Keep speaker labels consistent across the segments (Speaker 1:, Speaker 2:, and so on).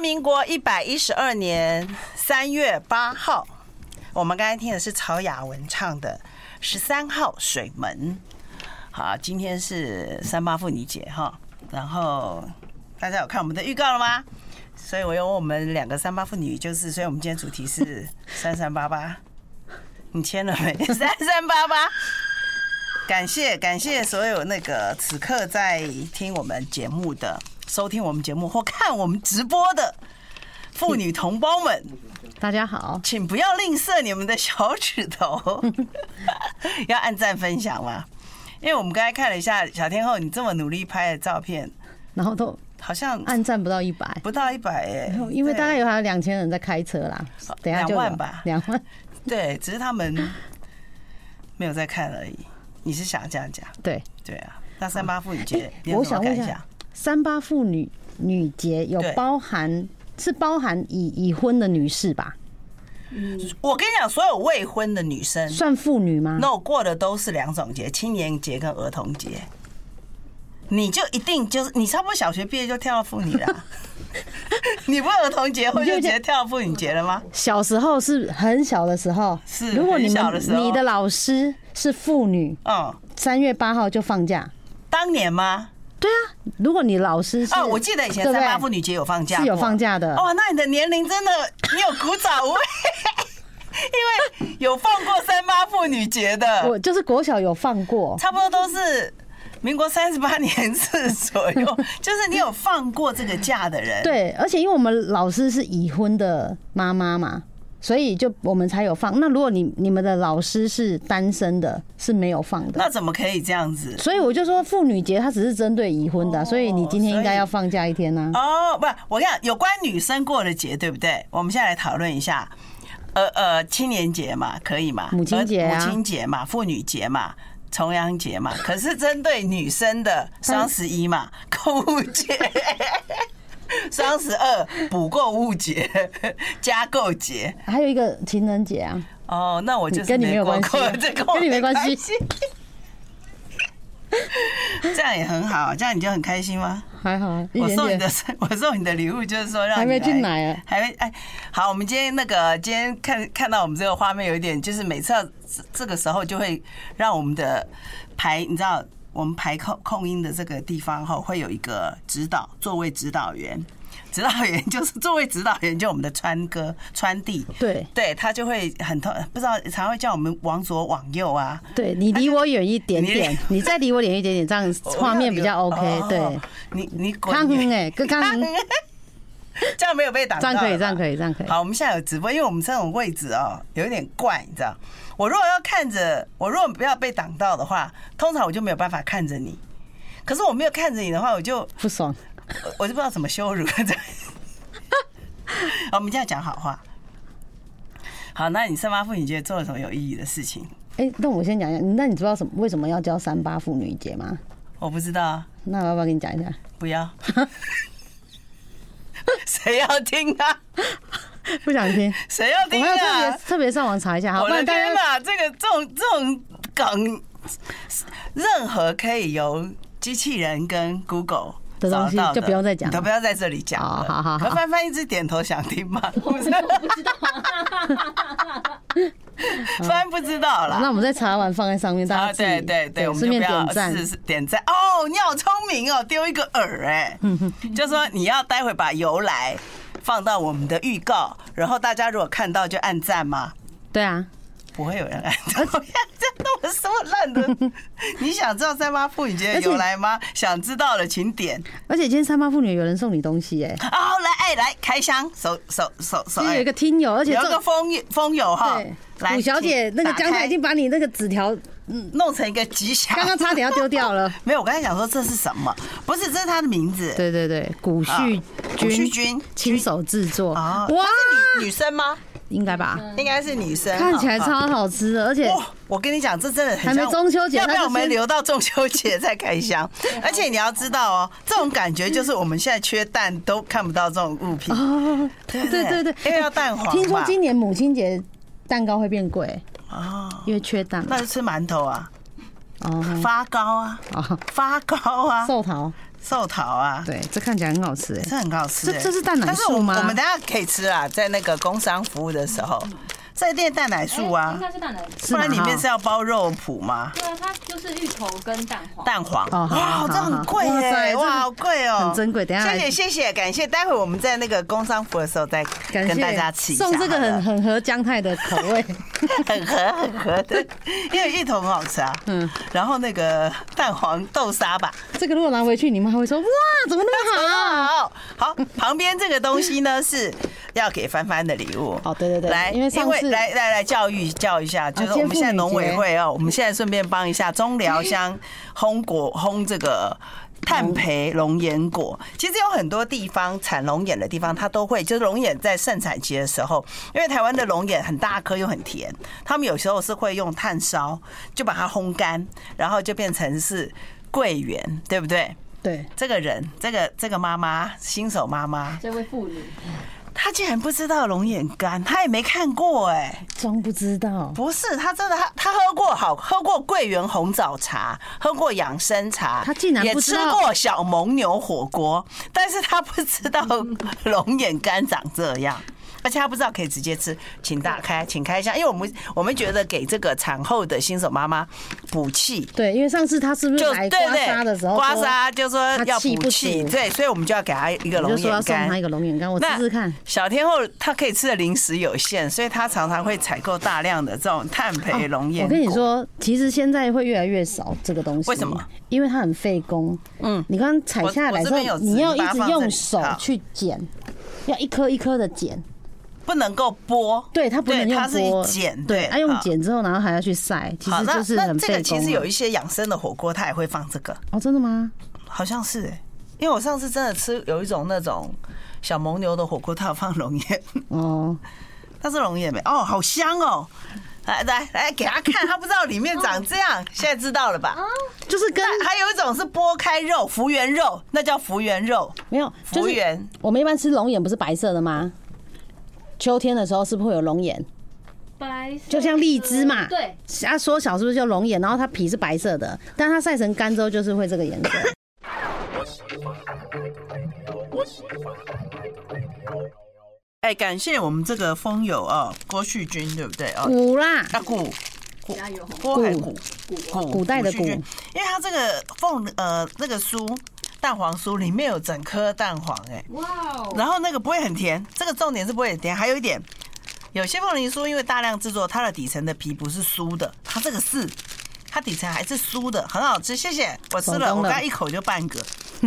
Speaker 1: 民国一百一十二年三月八号，我们刚才听的是曹雅文唱的《十三号水门》。好，今天是三八妇女节哈，然后大家有看我们的预告了吗？所以我有我们两个三八妇女，就是所以我们今天主题是三三八八，你签了没？ 三三八八。感谢感谢所有那个此刻在听我们节目的、收听我们节目或看我们直播的妇女同胞们，
Speaker 2: 大家好，
Speaker 1: 请不要吝啬你们的小指头， 要按赞分享嘛。因为我们刚才看了一下小天后你这么努力拍的照片，
Speaker 2: 然后都
Speaker 1: 好像
Speaker 2: 按赞不到一百，
Speaker 1: 不到一百哎，
Speaker 2: 因为大概有还有两千人在开车啦，等一下就有
Speaker 1: 哦两万吧
Speaker 2: 两万，
Speaker 1: 对，只是他们没有在看而已。你是想这样讲？
Speaker 2: 对。
Speaker 1: 对啊，那三八妇女节，你有
Speaker 2: 哎我
Speaker 1: 什么
Speaker 2: 想问
Speaker 1: 感
Speaker 2: 一
Speaker 1: 想
Speaker 2: 下，三八妇女女节有
Speaker 1: 对
Speaker 2: 包含是包含已已婚的女士吧？
Speaker 1: 我跟你讲，所有未婚的女生
Speaker 2: 算妇女吗？
Speaker 1: ，no 过的都是两种节：青年节跟儿童节。你就一定就是你差不多小学毕业就跳到妇女 了，啊你不是儿童节或者节跳到妇女节了吗？
Speaker 2: 小时候是很小的时候，
Speaker 1: 是
Speaker 2: 如果你
Speaker 1: 很小
Speaker 2: 们
Speaker 1: 的时候
Speaker 2: 你的老师是妇女，
Speaker 1: 嗯，
Speaker 2: 三月八号就放假。
Speaker 1: 当年吗？
Speaker 2: 对啊，如果你老师是
Speaker 1: 啊，我记得以前
Speaker 2: 对不
Speaker 1: 三
Speaker 2: 对
Speaker 1: 八妇女节有放假，哦
Speaker 2: 是有放。假的。
Speaker 1: 哇，那你的年龄真的，你有古早 味，因为有放过三八妇女节的，
Speaker 2: 我就是国小有放过，
Speaker 1: 差不多都是民国三十八年次左右，就是你有放过这个假的人，
Speaker 2: 对，而且因为我们老师是已婚的妈妈嘛，所以就我们才有放。那如果你你们的老师是单身的，是没有放的。
Speaker 1: 那怎么可以这样子？
Speaker 2: 所以我就说妇女节它只是针对已婚的啊、所以你今天应
Speaker 1: 哦所
Speaker 2: 该
Speaker 1: 以
Speaker 2: 要放假一天啊呢、
Speaker 1: 哦，不，我跟你讲，有关女生过的节，对不对？我们现在来讨论一下。呃呃，青年节嘛，可以嘛？
Speaker 2: 母亲节啊
Speaker 1: 呃母亲节嘛，妇女节嘛，重阳节嘛。可是针对女生的双十一嘛， 购物节、 双十二补购物节、 加购节。
Speaker 2: 还有一个情人节啊，
Speaker 1: 哦，那我就是
Speaker 2: 跟你没有
Speaker 1: 过
Speaker 2: 关系啊
Speaker 1: 过 这跟我
Speaker 2: 跟你没关系
Speaker 1: 系。 这样也很好，这样你就很开心吗？
Speaker 2: 还好啊，一
Speaker 1: 我哦送你
Speaker 2: 点
Speaker 1: 的
Speaker 2: 点。，
Speaker 1: 我送你的礼物就是说让你
Speaker 2: 还没进来啊
Speaker 1: 还没哎。好，我们今天那个今天看看到我们这个画面，有一点就是每次要这这个时候就会让我们的排，你知道我们排控控音的这个地方后会有一个指导座位指导员，指导员就是座位指导员，就我们的川哥川弟。
Speaker 2: 对
Speaker 1: 对他就会很痛，不知道常会叫我们往左往右啊，
Speaker 2: 对，你离我远一点点
Speaker 1: 哎你，
Speaker 2: 你再离我远一点点，这样画面比较 OK。对
Speaker 1: 哦，，你你滚
Speaker 2: 康亨哎，跟康亨，
Speaker 1: 这样没有被挡
Speaker 2: 这
Speaker 1: 到了
Speaker 2: 样
Speaker 1: 吧，
Speaker 2: 可以，这样可以，这样可以。
Speaker 1: 好，我们现在有直播，因为我们这种位置哦，有一点怪，你知道。我如果要看着，我如果不要被挡到的话，通常我就没有办法看着你。可是我没有看着你的话，我就
Speaker 2: 不爽，
Speaker 1: 我我就不知道怎么羞辱。 好我们这样讲好话。好，那你三八妇女节做了什么有意义的事情？
Speaker 2: 哎、那我先讲一下，那你知道什么为什么要叫三八妇女节吗？
Speaker 1: 我不知道啊，
Speaker 2: 那我要不要跟你讲 一下？
Speaker 1: 不要。谁要听啊？
Speaker 2: 不想听，
Speaker 1: 谁要
Speaker 2: 我
Speaker 1: 听
Speaker 2: 还要特
Speaker 1: 啊
Speaker 2: 别？特别上网查一下，好，
Speaker 1: 我
Speaker 2: 不
Speaker 1: 的
Speaker 2: 然大
Speaker 1: 天
Speaker 2: 家
Speaker 1: 哪，这个这种这种梗，任何可以由机器人跟 Google
Speaker 2: 的东西
Speaker 1: 找到的
Speaker 2: 就不用再讲了
Speaker 1: 都不要在这里讲了。
Speaker 2: 哦好好好
Speaker 1: 可翻翻一直点头，想听 吗？我不知道，翻不知道
Speaker 2: 那
Speaker 1: 啦。
Speaker 2: 我们再查完放在上面，大
Speaker 1: 啊，
Speaker 2: 家自己
Speaker 1: 对对对，我们
Speaker 2: 顺
Speaker 1: 就不
Speaker 2: 便
Speaker 1: 要
Speaker 2: 点赞。
Speaker 1: 是是点赞哦，你好聪明哦，丢一个饵 哎，就说你要待会把由来放到我们的预告，然后大家如果看到就按赞嘛，
Speaker 2: 对啊，
Speaker 1: 不会有人按照 这样那么什么烂的。你想知道三八妇女节的由来吗？想知道了，请点。
Speaker 2: 而且今天三八妇女有人送你东西哎、
Speaker 1: 好，来，哎，来开箱，手手手手，
Speaker 2: 今天有
Speaker 1: 哎
Speaker 2: 一个听友，而且
Speaker 1: 有一个
Speaker 2: 这
Speaker 1: 风友风友哈
Speaker 2: 对，
Speaker 1: 来，
Speaker 2: 古小姐
Speaker 1: 请
Speaker 2: 那个
Speaker 1: 打
Speaker 2: 刚才
Speaker 1: 开啊
Speaker 2: 已经把你那个纸条，
Speaker 1: 弄成一个吉祥。
Speaker 2: 刚刚差点要丢掉 了。
Speaker 1: 没有，我刚才想说这是什么？不是，这是他的名字。
Speaker 2: 对对对，古旭
Speaker 1: 啊古旭
Speaker 2: 君
Speaker 1: 君
Speaker 2: 亲手制作，
Speaker 1: 啊，
Speaker 2: 哇，
Speaker 1: 她是女女生吗？
Speaker 2: 应该吧？
Speaker 1: 应该是女生，
Speaker 2: 看起来
Speaker 1: 哈。
Speaker 2: 超好吃的，而且
Speaker 1: 哇！我跟你讲，这真的很像
Speaker 2: 还没中秋节
Speaker 1: 要不要
Speaker 2: 那就先
Speaker 1: 我们留到中秋节再开 箱？而且你要知道哦，这种感觉就是我们现在缺蛋都看不到这种物品，
Speaker 2: 哦，
Speaker 1: 对不
Speaker 2: 对对对，
Speaker 1: 因为要蛋黄嘛。
Speaker 2: 听说今年母亲节蛋糕会变贵，
Speaker 1: 哦，
Speaker 2: 因为缺蛋嘛
Speaker 1: 那。就吃馒头啊，
Speaker 2: 哦
Speaker 1: 发糕啊，
Speaker 2: 哦，
Speaker 1: 发糕啊，
Speaker 2: 寿桃
Speaker 1: 寿桃啊，
Speaker 2: 对，这看起来很好吃哎、
Speaker 1: 这很好吃欸、
Speaker 2: 这这是蛋奶
Speaker 1: 但是我
Speaker 2: 素吗
Speaker 1: 我们等一下可以吃啊，在那个工商服务的时候，这一店蛋奶素
Speaker 3: 应
Speaker 1: 啊，
Speaker 3: 哎哦该是蛋奶。
Speaker 1: 不
Speaker 2: 是吗
Speaker 1: 然里面是
Speaker 2: 哈
Speaker 1: 要包肉脯吗？
Speaker 3: 对啊，它就是芋头跟蛋黄。
Speaker 1: 蛋黄
Speaker 2: 哦好
Speaker 1: 哇，
Speaker 2: 好
Speaker 1: 这很贵
Speaker 2: 好哇
Speaker 1: 耶，
Speaker 2: 塞
Speaker 1: 哇，好贵哦，
Speaker 2: 很珍贵等一下
Speaker 1: 谢
Speaker 2: 来
Speaker 1: 谢谢谢，感谢，待会我们在那个工商服的时候再
Speaker 2: 感
Speaker 1: 跟
Speaker 2: 谢
Speaker 1: 大家吃一下好
Speaker 2: 送
Speaker 1: 了，
Speaker 2: 这个很很合姜太的口 味，
Speaker 1: 很合很合的，因为芋头很好吃啊，
Speaker 2: 嗯，
Speaker 1: 然后那个蛋黄豆沙吧，
Speaker 2: 这个如果拿回去，你妈还会说哇，怎么那么好？啊
Speaker 1: 好好，旁边这个东西呢是要给帆帆的礼 物。
Speaker 2: 哦对对对
Speaker 1: 来，
Speaker 2: 因为上次
Speaker 1: 来来来教育教育一下，就是
Speaker 2: 今
Speaker 1: 我
Speaker 2: 天
Speaker 1: 们现在
Speaker 2: 妇女
Speaker 1: 农委
Speaker 2: 节
Speaker 1: 会哦，我们现在顺便帮一下中 寮乡烘果烘这个。
Speaker 2: 嗯
Speaker 1: 炭焙龙眼果，其实有很多地方产龙眼的地方，它都会就是龙眼在盛产期的时候，因为台湾的龙眼很大颗又很甜，他们有时候是会用炭烧就把它烘干，然后就变成是桂圆，对不对？
Speaker 2: 对，
Speaker 1: 这个人，这个这个妈妈，新手妈妈，
Speaker 3: 这位妇女，
Speaker 1: 她竟然不知道龙眼干，她也没看过哎、
Speaker 2: 装不知道，
Speaker 1: 不是，她真的，她她喝过好，喝过桂圆红枣茶，喝过养生茶，
Speaker 2: 她竟然
Speaker 1: 也
Speaker 2: 不知
Speaker 1: 吃
Speaker 2: 道
Speaker 1: 过小蒙牛火锅，但是她不知道龙眼干长这样。而且她不知道可以直接吃，请打开，请开箱，因为我们我们觉得给这个产后的新手妈妈补气，
Speaker 2: 对，因为上次他是不是
Speaker 1: 就
Speaker 2: 来
Speaker 1: 对
Speaker 2: 刮
Speaker 1: 对，
Speaker 2: 痧的时候说，
Speaker 1: 刮痧就说
Speaker 2: 他
Speaker 1: 要
Speaker 2: 气
Speaker 1: 补
Speaker 2: 不
Speaker 1: 气，
Speaker 2: 足
Speaker 1: 对，所以我们就要给他一个
Speaker 2: 我
Speaker 1: 龙
Speaker 2: 就说要
Speaker 1: 眼
Speaker 2: 送他一
Speaker 1: 干。
Speaker 2: 个龙眼干，我试
Speaker 1: 那
Speaker 2: 试看。
Speaker 1: 小天后她可以吃的零食有限，所以她常常会采购大量的这种碳培哎龙眼、
Speaker 2: 哦我跟你，说，其实现在会越来越少这个东西。
Speaker 1: 为什么？
Speaker 2: 因为它很费工。
Speaker 1: 嗯，
Speaker 2: 你刚采下来
Speaker 1: 我我这
Speaker 2: 之
Speaker 1: 边有
Speaker 2: 后，
Speaker 1: 纸
Speaker 2: 你要
Speaker 1: 你
Speaker 2: 一
Speaker 1: 把它
Speaker 2: 直
Speaker 1: 放这里
Speaker 2: 用手
Speaker 1: 好
Speaker 2: 去剪，要一颗一颗的剪。
Speaker 1: 不能够剥，
Speaker 2: 对，它不能用
Speaker 1: 它是一
Speaker 2: 剥，
Speaker 1: 剪，
Speaker 2: 对，它用
Speaker 1: 好。
Speaker 2: 剪之后，然后还要去晒，其
Speaker 1: 好，
Speaker 2: 实
Speaker 1: 那
Speaker 2: 就是
Speaker 1: 那
Speaker 2: 很
Speaker 1: 这个
Speaker 2: 费
Speaker 1: 其
Speaker 2: 工
Speaker 1: 实有
Speaker 2: 啊。
Speaker 1: 一些养生的火锅，它也会放这个，
Speaker 2: 哦，真的吗？
Speaker 1: 好像是哎、因为我上次真的吃有一种那种小蒙牛的火锅，它有放龙眼，
Speaker 2: 哦，
Speaker 1: 它是龙眼没？哦，好香哦！来来来，给他看，他不知道里面长这样，现在知道了
Speaker 2: 哦
Speaker 1: 吧？
Speaker 2: 就是跟
Speaker 1: 那还有一种是剥开肉，福圆肉，那叫福圆肉，
Speaker 2: 没有，就
Speaker 1: 福
Speaker 2: 是
Speaker 1: 圆
Speaker 2: 我们一般吃龙眼不是白色的吗？秋天的时候是不是会有龙眼？
Speaker 3: 白色的
Speaker 2: 就像荔枝嘛，
Speaker 3: 对，，
Speaker 2: 它缩小是不是就龙眼？然后它皮是白色的，但它晒成干之后就是会这个颜 色。
Speaker 1: 哎、感谢我们这个风友哦，郭旭君对不对？哦，
Speaker 2: 五啦，
Speaker 1: 啊古古
Speaker 3: 加油！
Speaker 1: 郭海古古
Speaker 2: 古代的
Speaker 1: 旭君
Speaker 2: 古
Speaker 1: 因为他这个凤呃那个酥蛋黄酥里面有整颗蛋黄哎、
Speaker 3: 哇哦，
Speaker 1: 然后那个不会很甜，这个重点是不会很甜，还有一点，有些凤梨酥因为大量制作，它的底层的皮不是酥的，它这个是，它底层还是酥的，很好吃。谢谢，我吃
Speaker 2: 成
Speaker 1: 了，
Speaker 2: 功
Speaker 1: 我
Speaker 2: 了
Speaker 1: 刚一口就半个，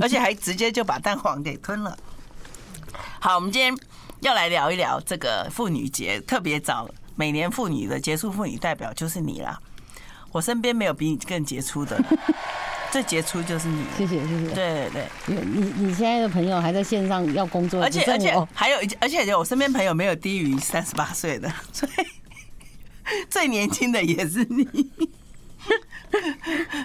Speaker 1: 而且还直接就把蛋黄给吞 了。好，我们今天要来聊一聊这个妇女节，特别早，每年妇女的杰出妇女代表就是你啦。我身边没有比你更杰出 的了，最杰出就是你了。
Speaker 2: 谢谢谢谢。
Speaker 1: 对对对。
Speaker 2: 你你你现在的朋友还在线上要工作，
Speaker 1: 而且
Speaker 2: 只
Speaker 1: 而
Speaker 2: 剩我
Speaker 1: 且还有一，而且我身边朋友没有低于三十八岁的， 所以最年轻的也是你。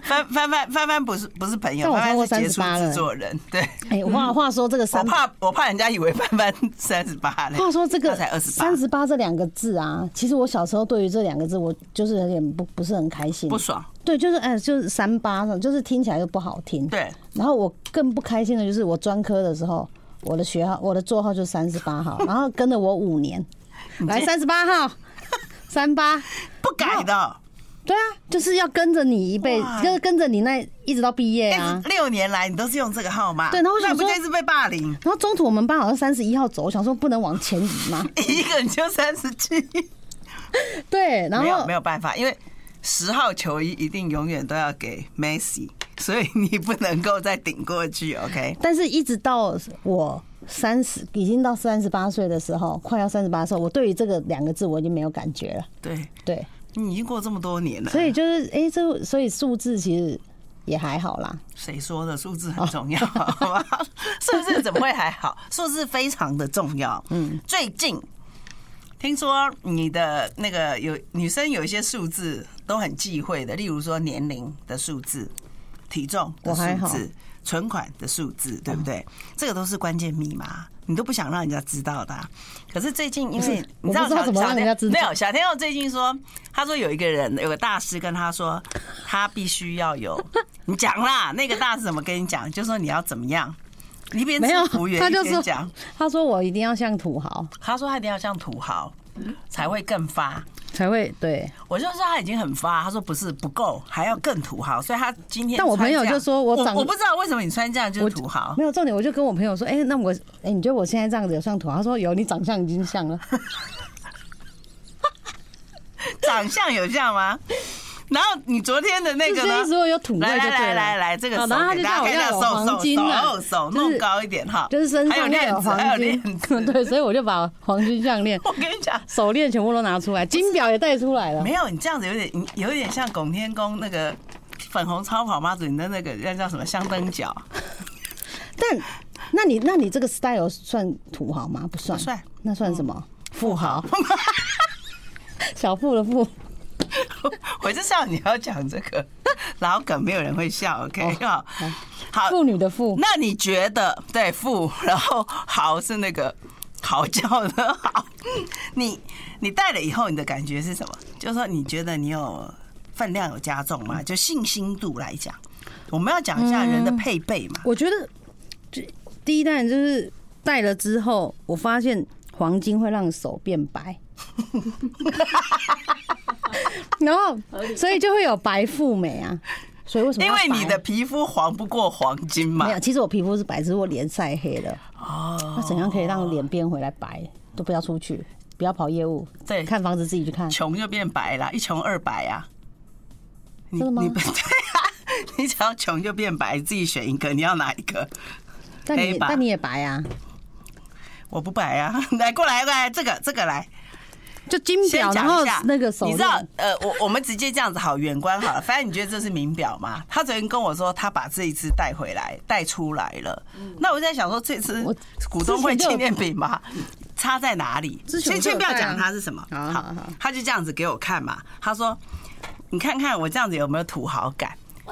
Speaker 1: 翻翻翻翻翻不是不是朋友，
Speaker 2: 但我
Speaker 1: 翻
Speaker 2: 超过
Speaker 1: 翻是杰出
Speaker 2: 38了
Speaker 1: 制作人。对，
Speaker 2: 哎，话话说这个
Speaker 1: 我
Speaker 2: 三
Speaker 1: 怕我怕人家以为翻翻三十八嘞。
Speaker 2: 话说这
Speaker 1: 哎他
Speaker 2: 个
Speaker 1: 才二十八
Speaker 2: 三，十八这两个字啊，其实我小时候对于这两个字，我就是有点不不是很开心
Speaker 1: 不。爽。
Speaker 2: 对，就是哎，就是三八，就是听起来就不好听。。
Speaker 1: 对，
Speaker 2: 然后我更不开心的就是我专科的时候，我的学号我的座号就三十 八号，然后跟了我五年，来三十八号，三八，
Speaker 1: 不改的，哎
Speaker 2: 对啊，就是要跟着你一辈子
Speaker 1: 哇，哎
Speaker 2: 就是跟着你那一直到毕业
Speaker 1: 一
Speaker 2: 啊
Speaker 1: 直。六年来你都是用这个号码，
Speaker 2: 对然后我
Speaker 1: 那
Speaker 2: 想
Speaker 1: 不
Speaker 2: 说
Speaker 1: 就是被霸凌？
Speaker 2: 然后中途我们班好像三十一号走，我想说不能往前移 嘛，
Speaker 1: 一个人就三十七，
Speaker 2: 对，然
Speaker 1: 没有
Speaker 2: 后
Speaker 1: 没有办法，因为十号球衣一定永远都要给 Messi，所以你不能够再顶过去，OK？
Speaker 2: 但是一直到我三十，已经到三十八岁的时候，快要三十八岁，我对于这个两个字我已经没有感觉了。
Speaker 1: 对，
Speaker 2: 对，
Speaker 1: 你已经过这么多年了，
Speaker 2: 所以就是哎、诶这所以数字其实也还好啦。
Speaker 1: 谁说的数字很
Speaker 2: 哦
Speaker 1: 重要？ 好吧数字怎么会还好？数字非常的重要。嗯，最近听说你的那个有女生有一些数字都很忌讳的，例如说年龄的数字、体重的
Speaker 2: 我还
Speaker 1: 数
Speaker 2: 好
Speaker 1: 字、存款的数字，对不对？这个都是关键密码。你都不想让人家知道的啊、可是最近因
Speaker 2: 不
Speaker 1: 为
Speaker 2: 是
Speaker 1: 你知道
Speaker 2: 我不知道
Speaker 1: 小
Speaker 2: 怎么
Speaker 1: 小
Speaker 2: 让
Speaker 1: 天
Speaker 2: 人家知道
Speaker 1: 没有小天佑最近说，他说有一个人有个大师跟他说，他必须要有你讲啦，那个大师怎么跟你讲，就说你要怎么样，你一边
Speaker 2: 没有
Speaker 1: 吃 服务，员
Speaker 2: 他
Speaker 1: 一
Speaker 2: 就
Speaker 1: 边
Speaker 2: 说
Speaker 1: 讲，
Speaker 2: 他说我一定要像土豪
Speaker 1: 他说他一定要像土豪才会更发。
Speaker 2: 才会对，
Speaker 1: 我就说他已经很发，他说不是不够，还要更土豪，所以他今天
Speaker 2: 但我
Speaker 1: 穿
Speaker 2: 朋友
Speaker 1: 这样
Speaker 2: 就说我长
Speaker 1: 我不知道为什么你穿这样就
Speaker 2: 我
Speaker 1: 是土豪，
Speaker 2: 没有重点，我就跟我朋友说，哎、那我哎、你觉得我现在这样子有像土豪？他说有，你长相已经像了。
Speaker 1: 长相有像吗？然后你昨天的那
Speaker 2: 就
Speaker 1: 个
Speaker 2: 是
Speaker 1: 呢？
Speaker 2: 说有土味就
Speaker 1: 来来
Speaker 2: 对
Speaker 1: 来
Speaker 2: 了。
Speaker 1: 来来，这个手
Speaker 2: 好
Speaker 1: 给
Speaker 2: 然后
Speaker 1: 大
Speaker 2: 他就
Speaker 1: 家
Speaker 2: 叫我
Speaker 1: 看一下，
Speaker 2: 要有
Speaker 1: 手
Speaker 2: 黄
Speaker 1: 手
Speaker 2: 金啊
Speaker 1: 手手
Speaker 2: 就是
Speaker 1: 弄高一点哈，
Speaker 2: 就是身
Speaker 1: 还有
Speaker 2: 上要
Speaker 1: 链
Speaker 2: 有
Speaker 1: 子，还有
Speaker 2: 黄
Speaker 1: 链
Speaker 2: 金，
Speaker 1: 子。
Speaker 2: 对，所以我就把黄金项链、
Speaker 1: 我跟你讲，
Speaker 2: 手链全部都拿出来，金表也带出来了
Speaker 1: 没。有你这样子有点，你有点像拱天宫那个粉红超跑妈祖，你的那个那叫什么香灯脚，
Speaker 2: 但那你那你这个 style 算土豪吗？不算，
Speaker 1: 不算
Speaker 2: 那算什么？富豪，小富的富。
Speaker 1: 我就笑你要讲这个老梗，没有人会笑。OK
Speaker 2: 哦
Speaker 1: 好，好，
Speaker 2: 妇女的妇，
Speaker 1: 那你觉得对富，然后豪是那个嚎叫的豪， 你你戴了以后，你的感觉是什么？就是说你觉得你有分量有加重吗？就信心度来讲，我们要讲一下人的配备嘛。
Speaker 2: 我觉得就第一代就是戴了之后，我发现黄金会让手变白， 然后所以就会有白富美啊。所以为什么
Speaker 1: 因
Speaker 2: 要白？
Speaker 1: 为你的皮肤黄不过黄金嘛
Speaker 2: 没，有，其实我皮肤是白，只是我脸晒黑了。
Speaker 1: 哦，
Speaker 2: 那怎样可以让脸变回来白？都不要出去，不要跑业务，
Speaker 1: 对
Speaker 2: 看房子自己去看。
Speaker 1: 穷就变白啦，一穷二白啊。你
Speaker 2: 真的吗
Speaker 1: 你 对啊，你只要穷就变白，自己选一个，你要哪一个？
Speaker 2: 但
Speaker 1: 黑
Speaker 2: 你
Speaker 1: 吧
Speaker 2: 但你也白啊，
Speaker 1: 我不白啊， 来过来过来，这个这个来，
Speaker 2: 就金
Speaker 1: 先
Speaker 2: 表，然
Speaker 1: 讲
Speaker 2: 后
Speaker 1: 一下
Speaker 2: 那个手
Speaker 1: 你
Speaker 2: 链
Speaker 1: 知道，呃，我我们直接这样子好，远观好了。反正你觉得这是名表嘛？他昨天跟我说，他把这一只带回来，带出来了。那我在想说，这只
Speaker 2: 嗯我
Speaker 1: 股东会
Speaker 2: 之前就有
Speaker 1: 纪念品嘛，差在哪里？
Speaker 2: 之前
Speaker 1: 先
Speaker 2: 我就
Speaker 1: 先
Speaker 2: 有
Speaker 1: 不要
Speaker 2: 带啊
Speaker 1: 讲它是什么，
Speaker 2: 好好啊好
Speaker 1: 他就这样子给我看嘛。他说，你看看我这样子有没有土豪感？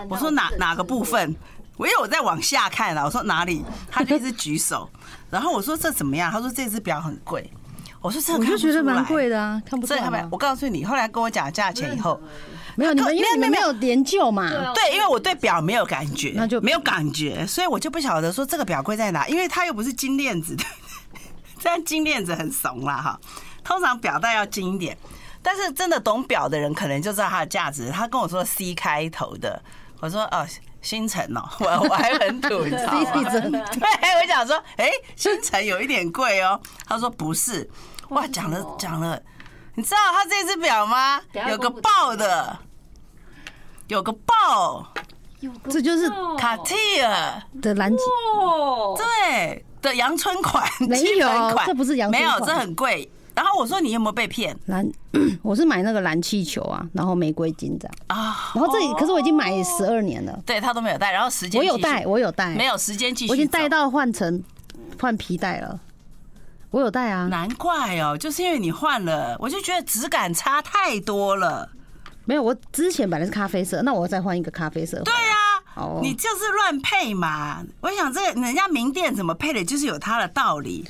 Speaker 1: 我说哪哪个部？分？我因为我在往下看啊了，我说哪里？他就一直举手，然后我说这怎么样？他说这只表很贵。我说这个
Speaker 2: 我
Speaker 1: 看
Speaker 2: 就
Speaker 1: 不
Speaker 2: 觉得
Speaker 1: 出
Speaker 2: 蛮
Speaker 1: 来
Speaker 2: 贵的啊，看不出
Speaker 1: 所以
Speaker 2: 来
Speaker 1: 他们
Speaker 2: 吗，
Speaker 1: 我？告诉你，后来跟我讲价钱以后，
Speaker 2: 没有你们，因
Speaker 1: 没有
Speaker 2: 为你们
Speaker 1: 没
Speaker 2: 没
Speaker 1: 有
Speaker 2: 有研究嘛。
Speaker 3: 对啊
Speaker 1: 对，因为我对表没有感觉，
Speaker 2: 那就
Speaker 1: 没有感觉，所以我就不晓得说这个表贵在哪，因为它又不是金链子的，虽然金链子很怂啦哈，通常表带要金一点，但是真的懂表的人可能就知道它的价值。他跟我说 C 开头的，我说哦。星辰哦，我我还很 土，你知道吗？
Speaker 2: C 真
Speaker 1: 对，我想说，哎、星辰有一点贵哦。他说不是，哇，
Speaker 3: 为什
Speaker 1: 讲
Speaker 3: 么
Speaker 1: 了讲了，你知道他这只表吗
Speaker 3: 等一？下
Speaker 1: 有个
Speaker 3: 公布答案
Speaker 1: 豹的，有个豹，
Speaker 3: 哦有个
Speaker 2: 这就是
Speaker 3: 爆
Speaker 1: 卡蒂尔，
Speaker 2: 的蓝极
Speaker 3: 哦，
Speaker 1: 对的阳春款，
Speaker 2: 没有
Speaker 1: 基本款
Speaker 2: 这不是阳春
Speaker 1: 没
Speaker 2: 款
Speaker 1: 有，这很贵。然后我说你有没有被骗
Speaker 2: 蓝， 我是买那个蓝气球啊，然后玫瑰金这样。
Speaker 1: 啊？
Speaker 2: 然后这里可是我已经买十二年了，
Speaker 1: 对他都没有带，然后时间
Speaker 2: 我有
Speaker 1: 继续
Speaker 2: 带，，我有带，
Speaker 1: 没有时间继续，
Speaker 2: 我已经带。到换成换皮带了，我有带啊，
Speaker 1: 难怪哦，就是因为你换了，我就觉得质感差太多了。
Speaker 2: 没有，我之前本来是咖啡色，那我再换一个咖啡色。
Speaker 1: 对呀、
Speaker 2: 哦
Speaker 1: 你就是乱配嘛。我想这个人家名店怎么配的，就是有它的道理。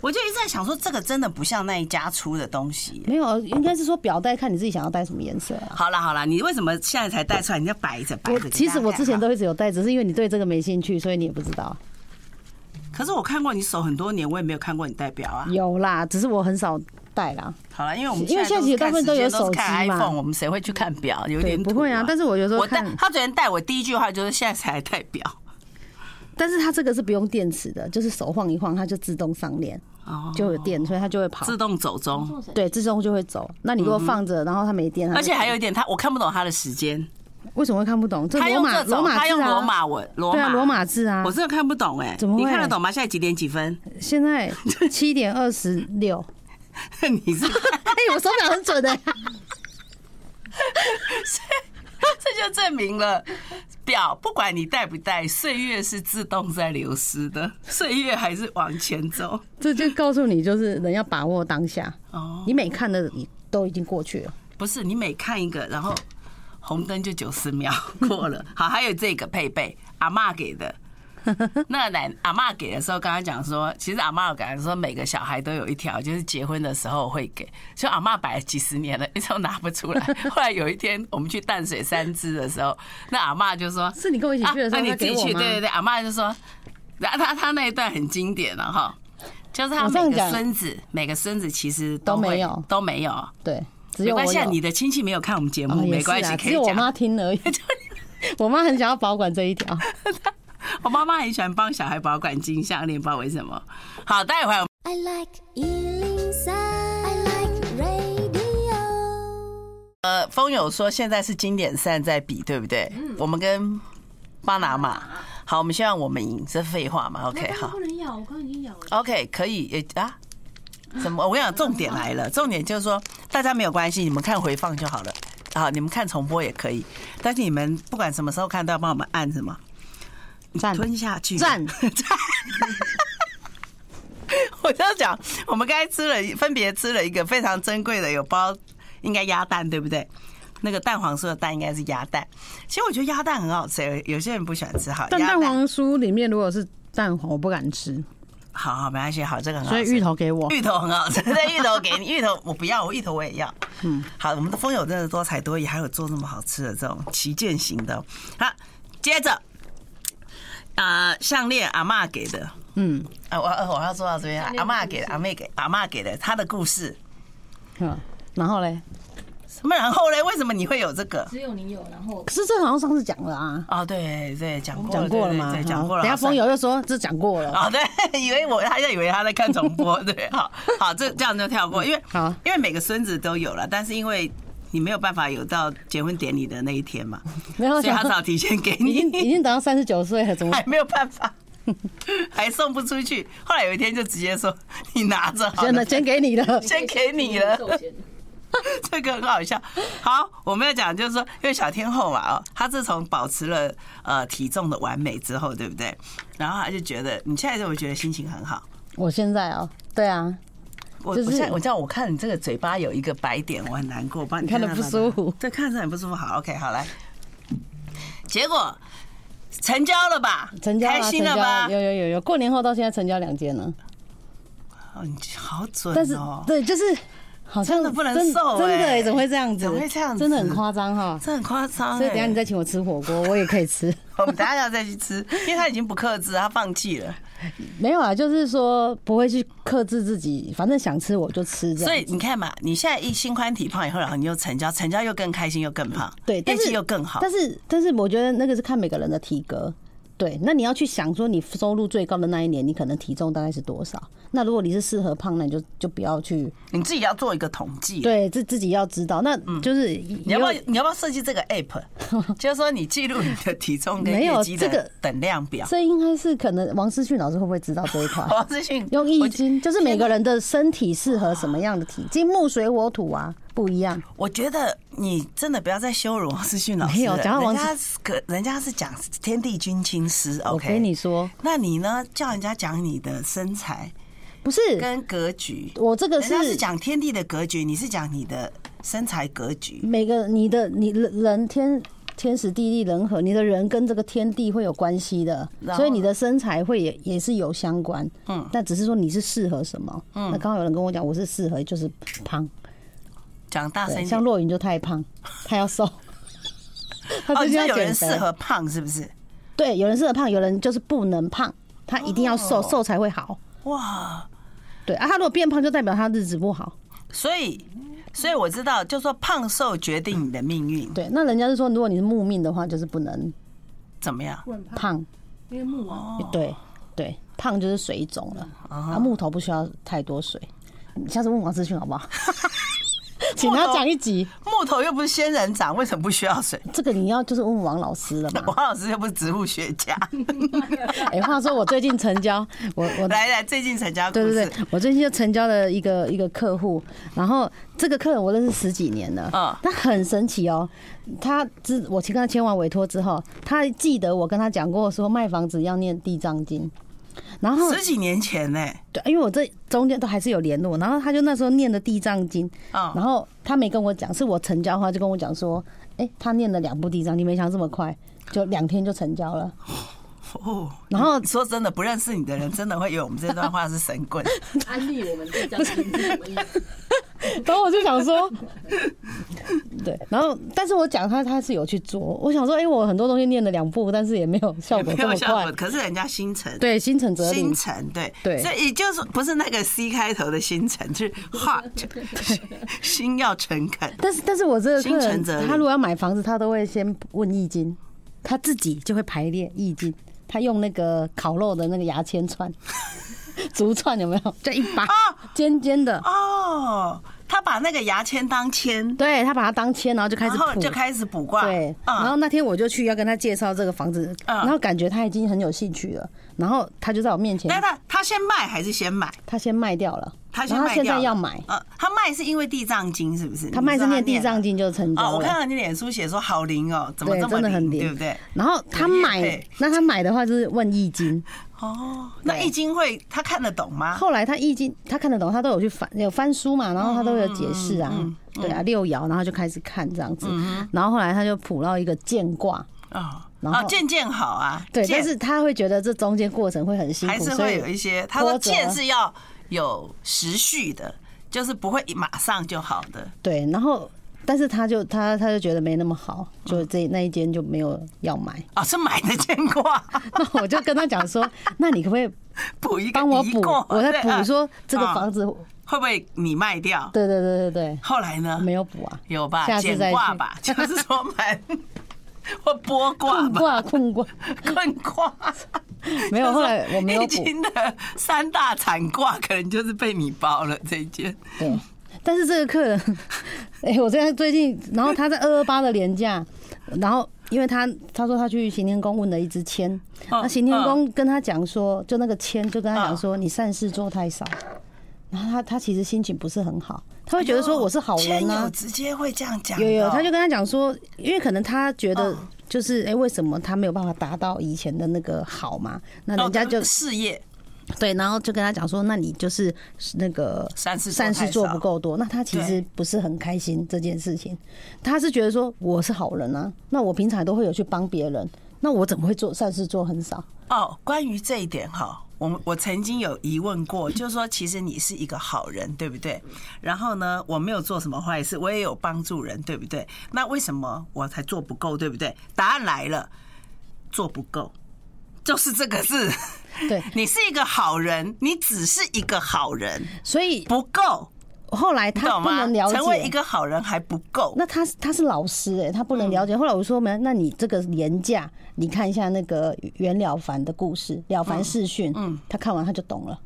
Speaker 1: 我就一直在想说，这个真的不像那一家出的东西。
Speaker 2: 没有，应该是说表带看你自己想要戴什么颜色啊。
Speaker 1: 好啦好啦，你为什么现在才带出来？你要摆着摆
Speaker 2: 我
Speaker 1: 着。
Speaker 2: 其实我之前
Speaker 1: 都。
Speaker 2: 都一直有戴，只是因为你对这个没兴趣，所以你也不知道。
Speaker 1: 可是我看过你手很多年，我也没有看过你戴表啊。
Speaker 2: 有啦，只是我很少戴啦。
Speaker 1: 好了，因为我们
Speaker 2: 因为现在其实大部分
Speaker 1: 都
Speaker 2: 都有
Speaker 1: 是看时间
Speaker 2: 手
Speaker 1: 是
Speaker 2: 机
Speaker 1: 看
Speaker 2: 嘛
Speaker 1: iPhone，我们谁会去看表？有
Speaker 2: 对，
Speaker 1: 点
Speaker 2: 不会啊。但是我有时候
Speaker 1: 我戴
Speaker 2: 看，
Speaker 1: 他昨天戴我第一句话就是现在才戴表
Speaker 2: 但是它这个是不用电池的，就是手晃一晃，它就自动上链，
Speaker 1: 哦，
Speaker 2: 就有电，所以它就会跑。
Speaker 1: 自动走钟，
Speaker 2: 对，自动就会走。那你如果放着，然后它没电，它就
Speaker 1: 而且还有一点他我看不懂他的时间，
Speaker 2: 为什么会看不懂？这
Speaker 1: 他
Speaker 2: 罗
Speaker 1: 用这
Speaker 2: 马罗
Speaker 1: 种
Speaker 2: 马
Speaker 1: 他用
Speaker 2: 字
Speaker 1: 罗
Speaker 2: 啊，
Speaker 1: 马文罗
Speaker 2: 对啊，
Speaker 1: 马
Speaker 2: 罗马字啊
Speaker 1: 我。真的看不懂哎，
Speaker 2: 怎么
Speaker 1: 你
Speaker 2: 会
Speaker 1: 看得懂吗？现在几点几分？
Speaker 2: 现在七点二十 六，
Speaker 1: 你是
Speaker 2: 哎，我手表很准的、
Speaker 1: 这就证明了表不管你戴不戴，岁月是自动在流失的，岁月还是往前走
Speaker 2: 这就告诉你，就是人要把握当下。
Speaker 1: 哦。
Speaker 2: 你每看的都已经过去了，
Speaker 1: 不是，你每看一个，然后 红灯就九十秒过了。好，还有这个配备，阿嬷给的，那奶阿嬷给的时候，刚刚讲说，其实阿嬷有讲说，每个小孩都有一条，就是结婚的时候会给。就阿嬷摆了几十年了，一直都拿不出 来。后来有一天我们去淡水三支的时候，那阿嬷就说：“
Speaker 2: 是你跟我一起去的时
Speaker 1: 啊
Speaker 2: 候
Speaker 1: 那你
Speaker 2: 她
Speaker 1: 自
Speaker 2: 给
Speaker 1: 己
Speaker 2: 我
Speaker 1: 去。”
Speaker 2: 吗
Speaker 1: 对对对，阿嬷就说，然后她她那一段很经典了哈，就是她
Speaker 2: 我这样
Speaker 1: 每个
Speaker 2: 讲
Speaker 1: 孙子每个孙子其实
Speaker 2: 都
Speaker 1: 会
Speaker 2: 没有
Speaker 1: 都没有，
Speaker 2: 对，只
Speaker 1: 没
Speaker 2: 有我
Speaker 1: 关系，啊，
Speaker 2: 有
Speaker 1: 你的亲戚没有看我们节目
Speaker 2: 哦也
Speaker 1: 没
Speaker 2: 是
Speaker 1: 关系，
Speaker 2: 啊
Speaker 1: 可
Speaker 2: 只
Speaker 1: 以
Speaker 2: 有我
Speaker 1: 讲。
Speaker 2: 妈 听而已。 我妈很想要保管这一条，
Speaker 1: 我妈妈很喜欢帮小孩保管金项链，不知道为什么。好，待会儿
Speaker 4: I like Ealing Sound. I like radio.
Speaker 1: 呃，风友说现在是经典赛在比，对不对？
Speaker 2: 嗯
Speaker 1: 我们跟巴拿马，好，我们希望我们赢，这废话嘛？OK，
Speaker 3: 那
Speaker 1: 好
Speaker 2: 嗯
Speaker 3: 不能咬，我刚刚已经咬了。
Speaker 1: ，OK，可以，诶啊。怎么？我跟你讲，重点来 了，重点就是说，大家没有关系，你们看回放就好了，好，你们看重播也可以，但是你们不管什么时候看，都要帮我们按什么
Speaker 2: 赞
Speaker 1: 吞下去，
Speaker 2: 赞
Speaker 1: 赞。 我要讲，我们刚才吃了一分别吃了一个非常珍贵的，有包应该鸭蛋对不对？那个蛋黄酥的蛋应该是鸭蛋。其实我觉得鸭蛋很好吃，有有些人不喜欢吃，好
Speaker 2: 但
Speaker 1: 鸭
Speaker 2: 蛋黄酥里面如果是蛋黄，我不敢吃，
Speaker 1: 好好没关系，好这个很好
Speaker 2: 所
Speaker 1: 吃。
Speaker 2: 以芋头给 我。
Speaker 1: 芋头很好吃，但芋头给你， 芋头我不要，我芋头我也要。嗯，好，我们的风友真的多才多艺，还有做那么好吃的这种旗舰型的哦。好，接着，啊、项链阿嬷给的，
Speaker 2: 嗯，
Speaker 1: 啊，我呃我要说到这边，阿嬷给的，阿妹给，阿嬷给的，她的故事。
Speaker 2: 嗯然后嘞，
Speaker 1: 什么？然后嘞？为什么你会有这个？
Speaker 3: 只有你有，然后
Speaker 2: 可是这好像上次讲了啊，
Speaker 1: 哦，对对，讲过
Speaker 2: 讲过了嘛
Speaker 1: 哦对对，哦对讲过了。
Speaker 2: 等一下
Speaker 1: 好
Speaker 2: 风友又说这讲过了，
Speaker 1: 哦，对，以为我他就以为他在看重播，对，好 好，这这样就跳过，因为
Speaker 2: 好
Speaker 1: 因为每个孙子都有了，但是因为你没有办法有到结婚典礼的那一天 嘛，
Speaker 2: 没有
Speaker 1: 所以
Speaker 2: 想
Speaker 1: 他只好提前给
Speaker 2: 已经已
Speaker 1: 你，
Speaker 2: 经等到三十九岁了，怎 么
Speaker 1: 还没有办法，还送不出去。后来有一天就直接说你拿着好
Speaker 2: 先
Speaker 1: 了，
Speaker 2: 先 给你了？
Speaker 1: 先给你了。
Speaker 3: 寿险
Speaker 1: 这个很好笑。好，我们要讲就是说，因为小天后嘛，哦，她自从保持了呃体重的完美之后，对不对？然后她就觉得，你现在就会觉得心情很好。
Speaker 2: 我现在哦，对啊，
Speaker 1: 我
Speaker 2: 就是
Speaker 1: 我现在我知道，我看你这个嘴巴有一个白点，我很难过，我帮你
Speaker 2: 看得
Speaker 1: 到
Speaker 2: 不
Speaker 1: 它
Speaker 2: 舒服
Speaker 1: 对，看着很不舒服。好，OK，好来，结果成交了吧？
Speaker 2: 成交
Speaker 1: 开
Speaker 2: 啊
Speaker 1: 心
Speaker 2: 成
Speaker 1: 了
Speaker 2: 交
Speaker 1: 吧
Speaker 2: 啊，？有有有有，过年后到现在成交两间了，
Speaker 1: 哦，你好准
Speaker 2: 但是
Speaker 1: 哦，
Speaker 2: 对，就是好像
Speaker 1: 真的不能
Speaker 2: 真
Speaker 1: 瘦
Speaker 2: 真的
Speaker 1: 欸
Speaker 2: 欸怎么会这样子？
Speaker 1: 怎么会这样子
Speaker 2: 真的很夸张哈。
Speaker 1: 这很夸张欸。
Speaker 2: 所以等一下你再请我吃火锅，我也可以吃。
Speaker 1: 我们等一下要再去吃，因为他已经不克制，他放弃了。
Speaker 2: 没有啊，就是说不会去克制自己，反正想吃我就吃这样。
Speaker 1: 所以你看嘛，你现在一心宽体胖以后，然后你又成交，成交又更开心又更胖，
Speaker 2: 对，
Speaker 1: 业
Speaker 2: 但
Speaker 1: 绩
Speaker 2: 是
Speaker 1: 又更好
Speaker 2: 但。是但是我觉得那个是看每个人的体格。对，那你要去想说，你收入最高的那一年，你可能体重大概是多少？那如果你是适合胖，那你就就不要去，
Speaker 1: 你自己要做一个统计。，
Speaker 2: 对，自自己要知道。那就是
Speaker 1: 嗯你
Speaker 2: 你
Speaker 1: 要不要你要不要设计这个 app？就是 说你记录你的体重跟
Speaker 2: 没有
Speaker 1: 业绩
Speaker 2: 这
Speaker 1: 的
Speaker 2: 个
Speaker 1: 等量表。
Speaker 2: 这应该是可能王思训老师会不会知道这一 块？
Speaker 1: 王志训
Speaker 2: 用易
Speaker 1: 我
Speaker 2: 经，就是每个人的身体适合什么样的体，金木水火土啊，不一样。
Speaker 1: 我觉得你真的不要再羞辱王志训老师了。
Speaker 2: 没有讲到王
Speaker 1: 人
Speaker 2: 思
Speaker 1: 家是可人家是讲天地君亲师
Speaker 2: 我
Speaker 1: ，OK？
Speaker 2: 跟你，说，
Speaker 1: 那你呢？叫人家讲你的身材
Speaker 2: 不是
Speaker 1: 跟格局，
Speaker 2: 我这个
Speaker 1: 人家是
Speaker 2: 是
Speaker 1: 讲天地的格局，你是讲你的身材格局。
Speaker 2: 每个你的你人人天天时地利人和，你的人跟这个天地会有关系的
Speaker 1: 然，后
Speaker 2: 所以你的身材会也也是有相关。嗯，但只是说你是适合什么。嗯，那刚好有人跟我讲，我是适合就是胖，
Speaker 1: 讲大声
Speaker 2: 对，
Speaker 1: 一
Speaker 2: 像
Speaker 1: 点。
Speaker 2: 洛云就太胖，她要瘦。她
Speaker 1: 哦，
Speaker 2: 最
Speaker 1: 你
Speaker 2: 近
Speaker 1: 说
Speaker 2: 要
Speaker 1: 有
Speaker 2: 减
Speaker 1: 人
Speaker 2: 肥
Speaker 1: 适。合胖是不是？
Speaker 2: 对，有人适合胖，有人就是不能胖，他一定要
Speaker 1: 哦
Speaker 2: 瘦，瘦才会好。
Speaker 1: 哇，
Speaker 2: 对啊，他如果变胖，就代表他日子不好。
Speaker 1: 所以，所以我知道，就说胖瘦决定你的命运，
Speaker 2: 对，那人家是说，如果你是木命的话，就是不能
Speaker 1: 怎么样？
Speaker 3: 不能怕，
Speaker 2: 胖。
Speaker 3: 因为木啊，
Speaker 1: 哦
Speaker 2: 对对，胖就是水肿了，啊，木头不需要太多水。你下次问王思训好 不好？请他讲一集，
Speaker 1: 木头又不是仙人掌，为什么不需要水？
Speaker 2: 这个你要就是问王老师 了嘛
Speaker 1: 王。老师又不是植物学家。
Speaker 2: 哎，话说我最近成交，我 我
Speaker 1: 来来，最近成交故
Speaker 2: 对
Speaker 1: 事，
Speaker 2: 对对，我最近就成交了一个一个客户，然后这个客人我认识十几年了，
Speaker 1: 嗯
Speaker 2: 他很神奇哦，他之我去跟他签完委托之后，他还记得我跟他讲过说卖房子要念地藏经，然后
Speaker 1: 十几年前呢、
Speaker 2: 对，因为我这中间都还是有联络，然后他就那时候念的地藏经，
Speaker 1: 嗯
Speaker 2: 然后他没跟我讲，是我成交的话就跟我讲说，哎，他念了两部地藏经，没想到这么快。就两天就成交了，
Speaker 1: 哦，
Speaker 2: 然后
Speaker 1: 说真的，不认识你的人真的会以为我们这段话是神 棍。
Speaker 3: 安利我们这张琴是什么意思？
Speaker 2: 然后我就想说， 对，然后但是我讲他他是有去做，我想说，哎、我很多东西念了两步，但是也没有效
Speaker 1: 也
Speaker 2: 果
Speaker 1: 没
Speaker 2: 这
Speaker 1: 有
Speaker 2: 么
Speaker 1: 效果，
Speaker 2: 快。
Speaker 1: 可是人家星辰，
Speaker 2: 对，心诚则灵
Speaker 1: 星，辰，对
Speaker 2: 对
Speaker 1: 所以也就是不是那个 C 开头的星辰，是 heart，心要诚恳。
Speaker 2: 但是但是我这个客
Speaker 1: 心诚
Speaker 2: 人，
Speaker 1: 则灵
Speaker 2: 他如果要买房子，他都会先问易经，他自己就会排列易经，他用那个烤肉的那个牙签串， 竹串有没有？就一把尖尖的，
Speaker 1: 哦，他把那个牙签当签，
Speaker 2: 对他把它当签，然后就开
Speaker 1: 然
Speaker 2: 始
Speaker 1: 后
Speaker 2: 谱，
Speaker 1: 就开始卜卦，
Speaker 2: 对，然后
Speaker 1: 嗯，
Speaker 2: 那天我就去要跟他介绍这个房子，
Speaker 1: 嗯
Speaker 2: 然后感觉他已经很有兴趣了，然后他就在我面前
Speaker 1: 那，他他先卖还是先买？
Speaker 2: 他先卖掉了，
Speaker 1: 他
Speaker 2: 然
Speaker 1: 先
Speaker 2: 后
Speaker 1: 卖
Speaker 2: 他现
Speaker 1: 掉
Speaker 2: 在
Speaker 1: 了
Speaker 2: 要买，
Speaker 1: 呃，他卖是因为地藏经是不是？
Speaker 2: 他卖是
Speaker 1: 你说
Speaker 2: 念地藏
Speaker 1: 了。
Speaker 2: 经就成
Speaker 1: 哦，
Speaker 2: 交
Speaker 1: 我看
Speaker 2: 了。
Speaker 1: 到你脸书写说好灵哦，怎么
Speaker 2: 对
Speaker 1: 这，么
Speaker 2: 真的很灵，
Speaker 1: 对不对？
Speaker 2: 然后他
Speaker 1: 有业
Speaker 2: 买
Speaker 1: 配，
Speaker 2: 那他买的话就是问易经，
Speaker 1: 哦，那易经会他看得懂吗？
Speaker 2: 后来他易经他看得懂，他都有去翻有翻书嘛，然后他都有解
Speaker 1: 嗯
Speaker 2: 释啊，对啊六爻，然后就开始看这样子，然后后来他就谱到一个渐卦，
Speaker 1: 哦，
Speaker 2: 然后
Speaker 1: 哦，渐渐好啊，
Speaker 2: 对，
Speaker 1: 渐
Speaker 2: 但是他会觉得这中间过程会很辛
Speaker 1: 还
Speaker 2: 苦，
Speaker 1: 是
Speaker 2: 所以
Speaker 1: 会有一些。他说
Speaker 2: 波折啊
Speaker 1: 剑是要有时序的，就是不会马上就好的。
Speaker 2: 对，然后但是他就他他就觉得没那么好，就
Speaker 1: 嗯
Speaker 2: 这那一间就没有要买。
Speaker 1: 哦，是买的见卦，
Speaker 2: 那我就跟他讲说，那你可不可以
Speaker 1: 补一个
Speaker 2: 帮我
Speaker 1: 一
Speaker 2: 补
Speaker 1: 卦？
Speaker 2: 我在
Speaker 1: 对
Speaker 2: 补
Speaker 1: 啊
Speaker 2: 说这个
Speaker 1: 啊
Speaker 2: 房子，
Speaker 1: 会不会你卖掉？
Speaker 2: 对对对对对，
Speaker 1: 后来呢？
Speaker 2: 没有 补啊，
Speaker 1: 有吧？
Speaker 2: 下次
Speaker 1: 简
Speaker 2: 再
Speaker 1: 卦
Speaker 2: 去
Speaker 1: 吧，就是说买或剥卦
Speaker 2: 困
Speaker 1: 吧，
Speaker 2: 挂困挂，
Speaker 1: 困卦。
Speaker 2: 没有。后来我没有
Speaker 1: 易
Speaker 2: 补，
Speaker 1: 经的三大惨卦可能就是被你包了这一件。
Speaker 2: 对。但是这个客人， 哎、我现在最近，然后他在二二八的廉价，然后因为他他说他去行天宫问了一支签，
Speaker 1: 嗯
Speaker 2: 那行天宫跟他讲说，就那个签就跟他讲说，
Speaker 1: 哦
Speaker 2: 你善事做太少，然后他他其实心情不是很好，他会觉得说我是好人
Speaker 1: 哎呦
Speaker 2: 啊
Speaker 1: 有，直接会这样讲的
Speaker 2: 有
Speaker 1: 哦。
Speaker 2: 有，他就跟他讲说，因为可能他觉得就是哎、诶为什么他没有办法达到以前的那个好嘛？那人家就
Speaker 1: 哦事业
Speaker 2: 对，然后就跟他讲说，那你就是那个
Speaker 1: 善事做
Speaker 2: 善事
Speaker 1: 太
Speaker 2: 做
Speaker 1: 少
Speaker 2: 不够多。那他其实
Speaker 1: 对
Speaker 2: 不是很开心这件事情，他是觉得说我是好人啊，那我平常都会有去帮别人，那我怎么会做善事做很少？
Speaker 1: 哦，关于这一点哈，我们我曾经有疑问 过，就是说，其实你是一个好人，对不对？然后呢，我没有做什么坏事，我也有帮助人，对不对？那为什么我才做不够，对不对？答案来了，做不够，就是这个字。
Speaker 2: 对，
Speaker 1: 你是一个好人，你只是一个好 人，
Speaker 2: 所以
Speaker 1: 不够，
Speaker 2: 后来
Speaker 1: 你
Speaker 2: 他
Speaker 1: 懂
Speaker 2: 不
Speaker 1: 吗
Speaker 2: 能了？
Speaker 1: 成为一
Speaker 2: 解。
Speaker 1: 个好人还不够。
Speaker 2: 那他是他是老师哎、他不能了解。
Speaker 1: 嗯
Speaker 2: 后来我说没，那你这个廉价，你看一下那个袁了凡的故事，了凡四训，嗯，他看完他就懂了。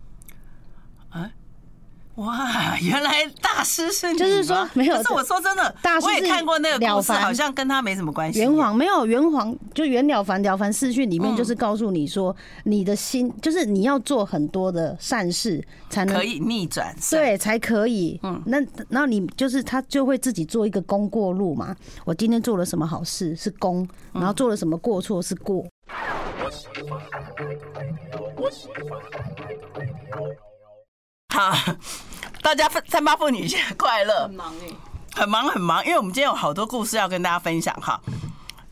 Speaker 1: 哇，原来大师是你吗
Speaker 2: 就是说没有
Speaker 1: 可是我说真的，
Speaker 2: 大师
Speaker 1: 我也
Speaker 2: 是
Speaker 1: 看过那个
Speaker 2: 了
Speaker 1: 故事，
Speaker 2: 凡
Speaker 1: 好像跟他没什么关系。
Speaker 2: 袁黄没有袁黄，就袁了凡了凡四训里
Speaker 1: 嗯
Speaker 2: 面就是告诉你说，你的心就是你要做很多的善事才能
Speaker 1: 可以逆转胜。
Speaker 2: 对才可以。嗯，那然后你就是他就会自己做一个功过路嘛。我今天做了什么好事是功，
Speaker 1: 嗯
Speaker 2: 然后做了什么过错是过。
Speaker 1: 好，大家分三八妇女节 快乐
Speaker 3: 很！忙哎、
Speaker 1: 很忙很忙，因为我们今天有好多故事要跟大家分享哈。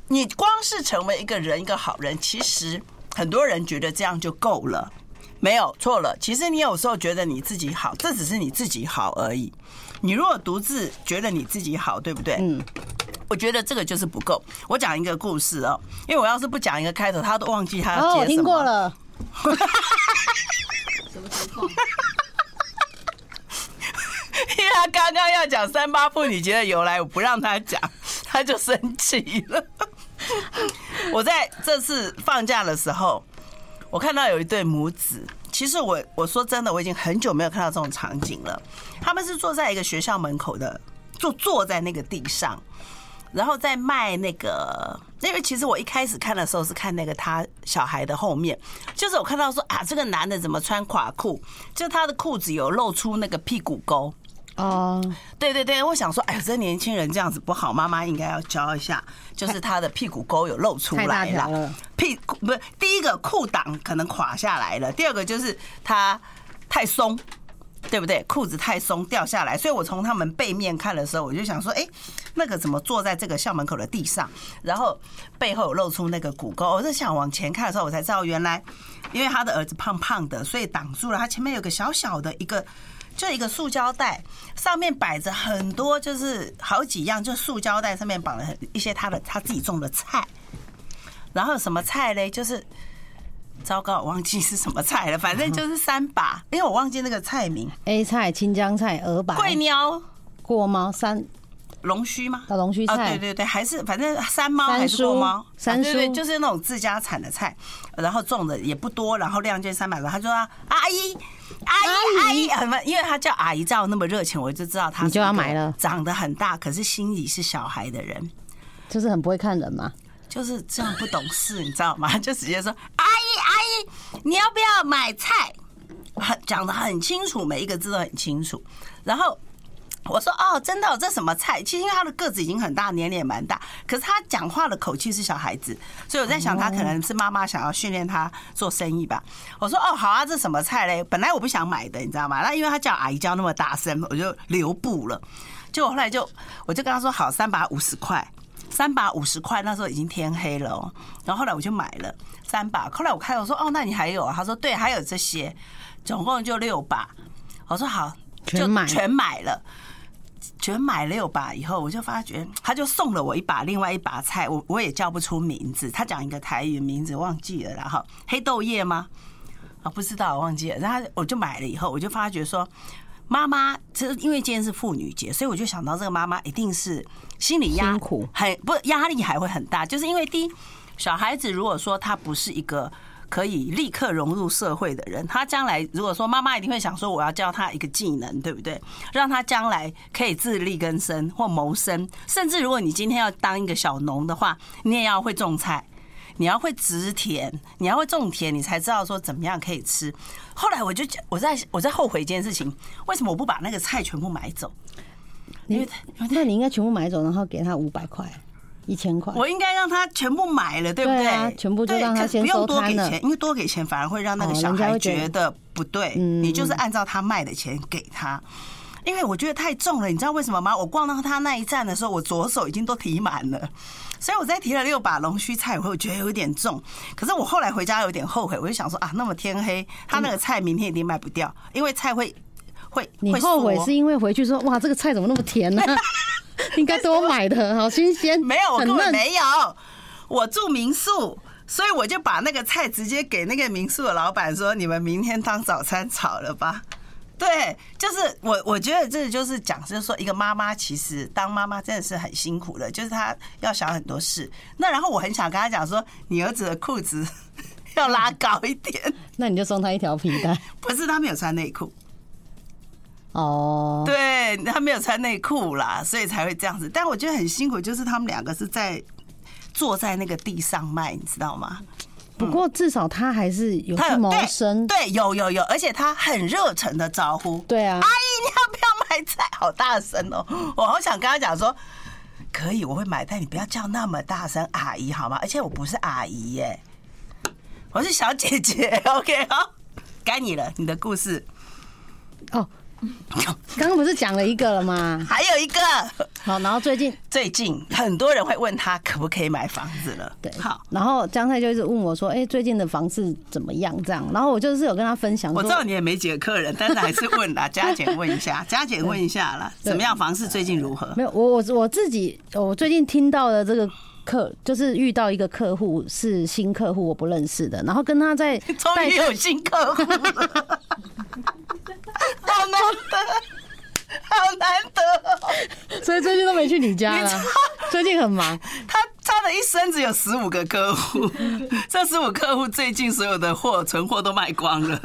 Speaker 1: 你光是成为一个人一个好人，其实很多人觉得这样就够了，没有错了。其实你有时候觉得你自己好，这只是你自己好而已。你如果独自觉得你自己好，对不对？嗯。我觉得这个就是不够。我讲一个故事哦，因为我要是不讲一个开头，他都忘记他要接什
Speaker 2: 哦，
Speaker 1: 么。
Speaker 2: 我听过了，
Speaker 3: 什么情况？
Speaker 1: 因为他刚刚要讲三八妇女节的由来，我不让他讲，他就生气了。我在这次放假的时候，我看到有一对母子。其实我我说真的，我已经很久没有看到这种场景了。他们是坐在一个学校门口的，就坐在那个地上，然后再卖那个。因为其实我一开始看的时候是看那个他小孩的后面，就是我看到说啊，这个男的怎么穿垮裤，就他的裤子有露出那个屁股沟。
Speaker 2: 哦，
Speaker 1: 对对对，我想说，哎呀，这年轻人这样子不好，妈妈应该要教一下，就是他的屁股沟有露出
Speaker 2: 太大
Speaker 1: 来
Speaker 2: 条
Speaker 1: 了，
Speaker 2: 了，
Speaker 1: 屁股不是第一个裤裆可能垮下来了，第二个就是他太松，对不对？裤子太松掉下来，所以我从他们背面看的时候，我就想说，哎，那个怎么坐在这个校门口的地上，然后背后有露出那个骨沟？我是想往前看的时候，我才知道原来，因为他的儿子胖胖的，所以挡住了他前面有个小小的一个。就一个塑胶袋，上面摆着很多，就是好几样，就塑胶袋上面绑了很一些他的他自己种的菜，然后什么菜嘞？就是糟糕，我忘记是什么菜了，反正就是三把，因为我忘记那个菜名。
Speaker 2: A 菜、青江菜、鹅白、
Speaker 1: 桂鸟、
Speaker 2: 过猫、山
Speaker 1: 龙须吗？
Speaker 2: 啊龙须
Speaker 1: 啊，
Speaker 2: 菜
Speaker 1: 对对对，还是反正山猫
Speaker 2: 山
Speaker 1: 还是过
Speaker 2: 苏
Speaker 1: 猫，
Speaker 2: 山
Speaker 1: 啊对对，
Speaker 2: 苏
Speaker 1: 就是那种自家产的菜，然后种的也不多，然后量就三百个。他就说啊阿姨。阿姨，阿姨，很，因为他叫阿姨，照那么热情，我就知道他
Speaker 2: 你就要买了
Speaker 1: 长得很大，可是心里是小孩的人，
Speaker 2: 就是很不会看人嘛。
Speaker 1: 就是这样不懂事，你知道吗？ 就直接说阿姨，阿姨，你要不要买菜？很讲的很清楚，每一个字都很清楚。然后我说哦，真的哦、这什么菜？其实因为他的个子已经很大，年龄也蛮大，可是他讲话的口气是小孩子，所以我在想他可能是妈妈想要训练他做生意吧。我说哦，好啊，这什么菜嘞？本来我不想买的，你知道吗？那因为他叫阿姨叫那么大声，我就留步了。就我后来就我就跟他说好，三把五十块。三把五十块，那时候已经天黑了哦、然后后来我就买了三把，后来我看我说哦，那你还有啊？他说对，还有这些，总共就六把。我说好，就
Speaker 2: 全买
Speaker 1: 全买了。全买六把以后，我就发觉他就送了我一把，另外一把菜，我我也叫不出名字。他讲一个台语名字忘记了啦，然后黑豆叶吗？啊，不知道，忘记了。然后我就买了以后，我就发觉说，妈妈，这因为今天是妇女节，所以我就想到这个妈妈一定是心理压
Speaker 2: 辛苦
Speaker 1: 很不压力还会很大，就是因为第一，小孩子如果说他不是一个。可以立刻融入社会的人，他将来如果说妈妈一定会想说，我要教他一个技能，对不对？让他将来可以自力更生或谋生，甚至如果你今天要当一个小农的话，你也要会种菜，你要会植田，你要会种田，你才知道说怎么样可以吃。后来我就我在我在后悔一件事情，为什么我不把那个菜全部买走？因为他
Speaker 2: 你那你应该全部买走，然后给他五百块、一千块。
Speaker 1: 我应该让他全部买了，对不
Speaker 2: 对啊全部就
Speaker 1: 对
Speaker 2: 让他
Speaker 1: 可是
Speaker 2: 先
Speaker 1: 不用
Speaker 2: 收
Speaker 1: 多
Speaker 2: 摊
Speaker 1: 给
Speaker 2: 了
Speaker 1: 钱，因为多给钱反而会让那个
Speaker 2: 哦
Speaker 1: 小
Speaker 2: 人家
Speaker 1: 孩
Speaker 2: 会觉
Speaker 1: 觉
Speaker 2: 得
Speaker 1: 得不对。
Speaker 2: 嗯
Speaker 1: 你就是按照他卖的钱给他，因为我觉得太重了，你知道为什么吗？我逛到他那一站的时候，我左手已经都提满了。所以我在提了六把龙须菜，我会觉得有点重。可是我后来回家有点后悔，我就想说啊，那么天黑，他那个菜明天一定卖不掉，因为菜会会
Speaker 2: 你
Speaker 1: 会
Speaker 2: 后悔
Speaker 1: 缩
Speaker 2: 是因为回去说哇，这个菜怎么那么 甜呢、应该多买的，好新鲜，
Speaker 1: 没有，我
Speaker 2: 很
Speaker 1: 根本
Speaker 2: 嫩。
Speaker 1: 没有，我住民宿。所以我就把那个菜直接给那个民宿的老板说：“你们明天当早餐炒了吧。”对，就是我，我觉得这就是讲，就是说一个妈妈其实当妈妈真的是很辛苦的，就是她要想很多事。那然后我很想跟她讲说，你儿子的裤子 要拉高一点，
Speaker 2: 那你就送他一条皮 带
Speaker 1: 不是他没有穿内裤，
Speaker 2: 哦。
Speaker 1: 对他没有穿内裤啦，所以才会这样子。但我觉得很辛苦，就是他们两个是在坐在那个地上卖，你知道吗？
Speaker 2: 不过至少他还是有去谋
Speaker 1: 对
Speaker 2: 生，
Speaker 1: 对，有有有，而且他很热忱的招呼，
Speaker 2: 对啊
Speaker 1: 阿，姨，你要不要买菜？好大声哦！我好想跟他讲说，可以，我会买，但你不要叫那么大声，阿姨好吗？而且我不是阿姨 耶，我是小姐姐。OK 好，该你了，你的故事
Speaker 2: 哦，刚刚不是讲了一个了吗？
Speaker 1: 还有一个。
Speaker 2: 好，然后最近
Speaker 1: 最近很多人会问他可不可以买房子了。
Speaker 2: 对，
Speaker 1: 好，，
Speaker 2: 然后江太就一直问我说：“哎、最近的房市怎么样？”这样，然后我就是有跟他分享说，
Speaker 1: 我知道你也没几个客人，但是还是问 啦，佳姐问一下，佳姐问一下啦，
Speaker 2: 对
Speaker 1: 怎么样？房市最近如何？
Speaker 2: 没有，我我我自己，我最近听到的这个客，就是遇到一个客户是新客户，我不认识的，然后跟他在
Speaker 1: 终于有新客户了， 好难得，好难得哦、
Speaker 2: 所以最近都没去你家
Speaker 1: 你知
Speaker 2: 了
Speaker 1: 道，
Speaker 2: 最近很忙。
Speaker 1: 他他的一生只有十五个客 户，这十五客户最近所有的货存货都卖光了，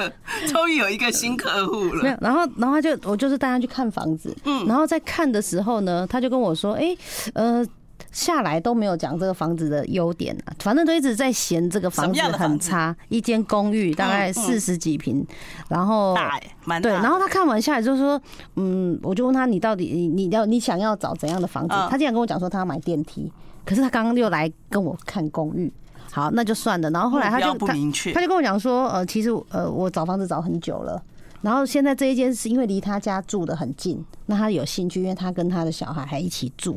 Speaker 1: 终于有一个新客户
Speaker 2: 没
Speaker 1: 了。
Speaker 2: 有，然后然后他就我就是带他去看房子，嗯，然后在看的时候呢，他就跟我说，哎、呃。下来都没有讲这个房子的优点啊，反正都一直在嫌这个
Speaker 1: 什
Speaker 2: 房
Speaker 1: 么
Speaker 2: 子
Speaker 1: 样的
Speaker 2: 很
Speaker 1: 房子
Speaker 2: 差，一间公寓大概
Speaker 1: 嗯嗯
Speaker 2: 四十几平，然后
Speaker 1: 大哎，蛮大
Speaker 2: 对，
Speaker 1: 的。
Speaker 2: 然后他看完下来就说，嗯，我就问他你到底你你要你想要找怎样的房子？
Speaker 1: 嗯
Speaker 2: 他竟然跟我讲说他要买电梯，可是他刚刚又来跟我看公寓。好，那就算了。然后后来他
Speaker 1: 目标
Speaker 2: 就
Speaker 1: 不
Speaker 2: 他
Speaker 1: 明确
Speaker 2: 他就跟我讲说，呃，其实呃我找房子找很久了。然后现在这一间是因为离他家住的很近，那他有兴趣，因为他跟他的小孩还一起住。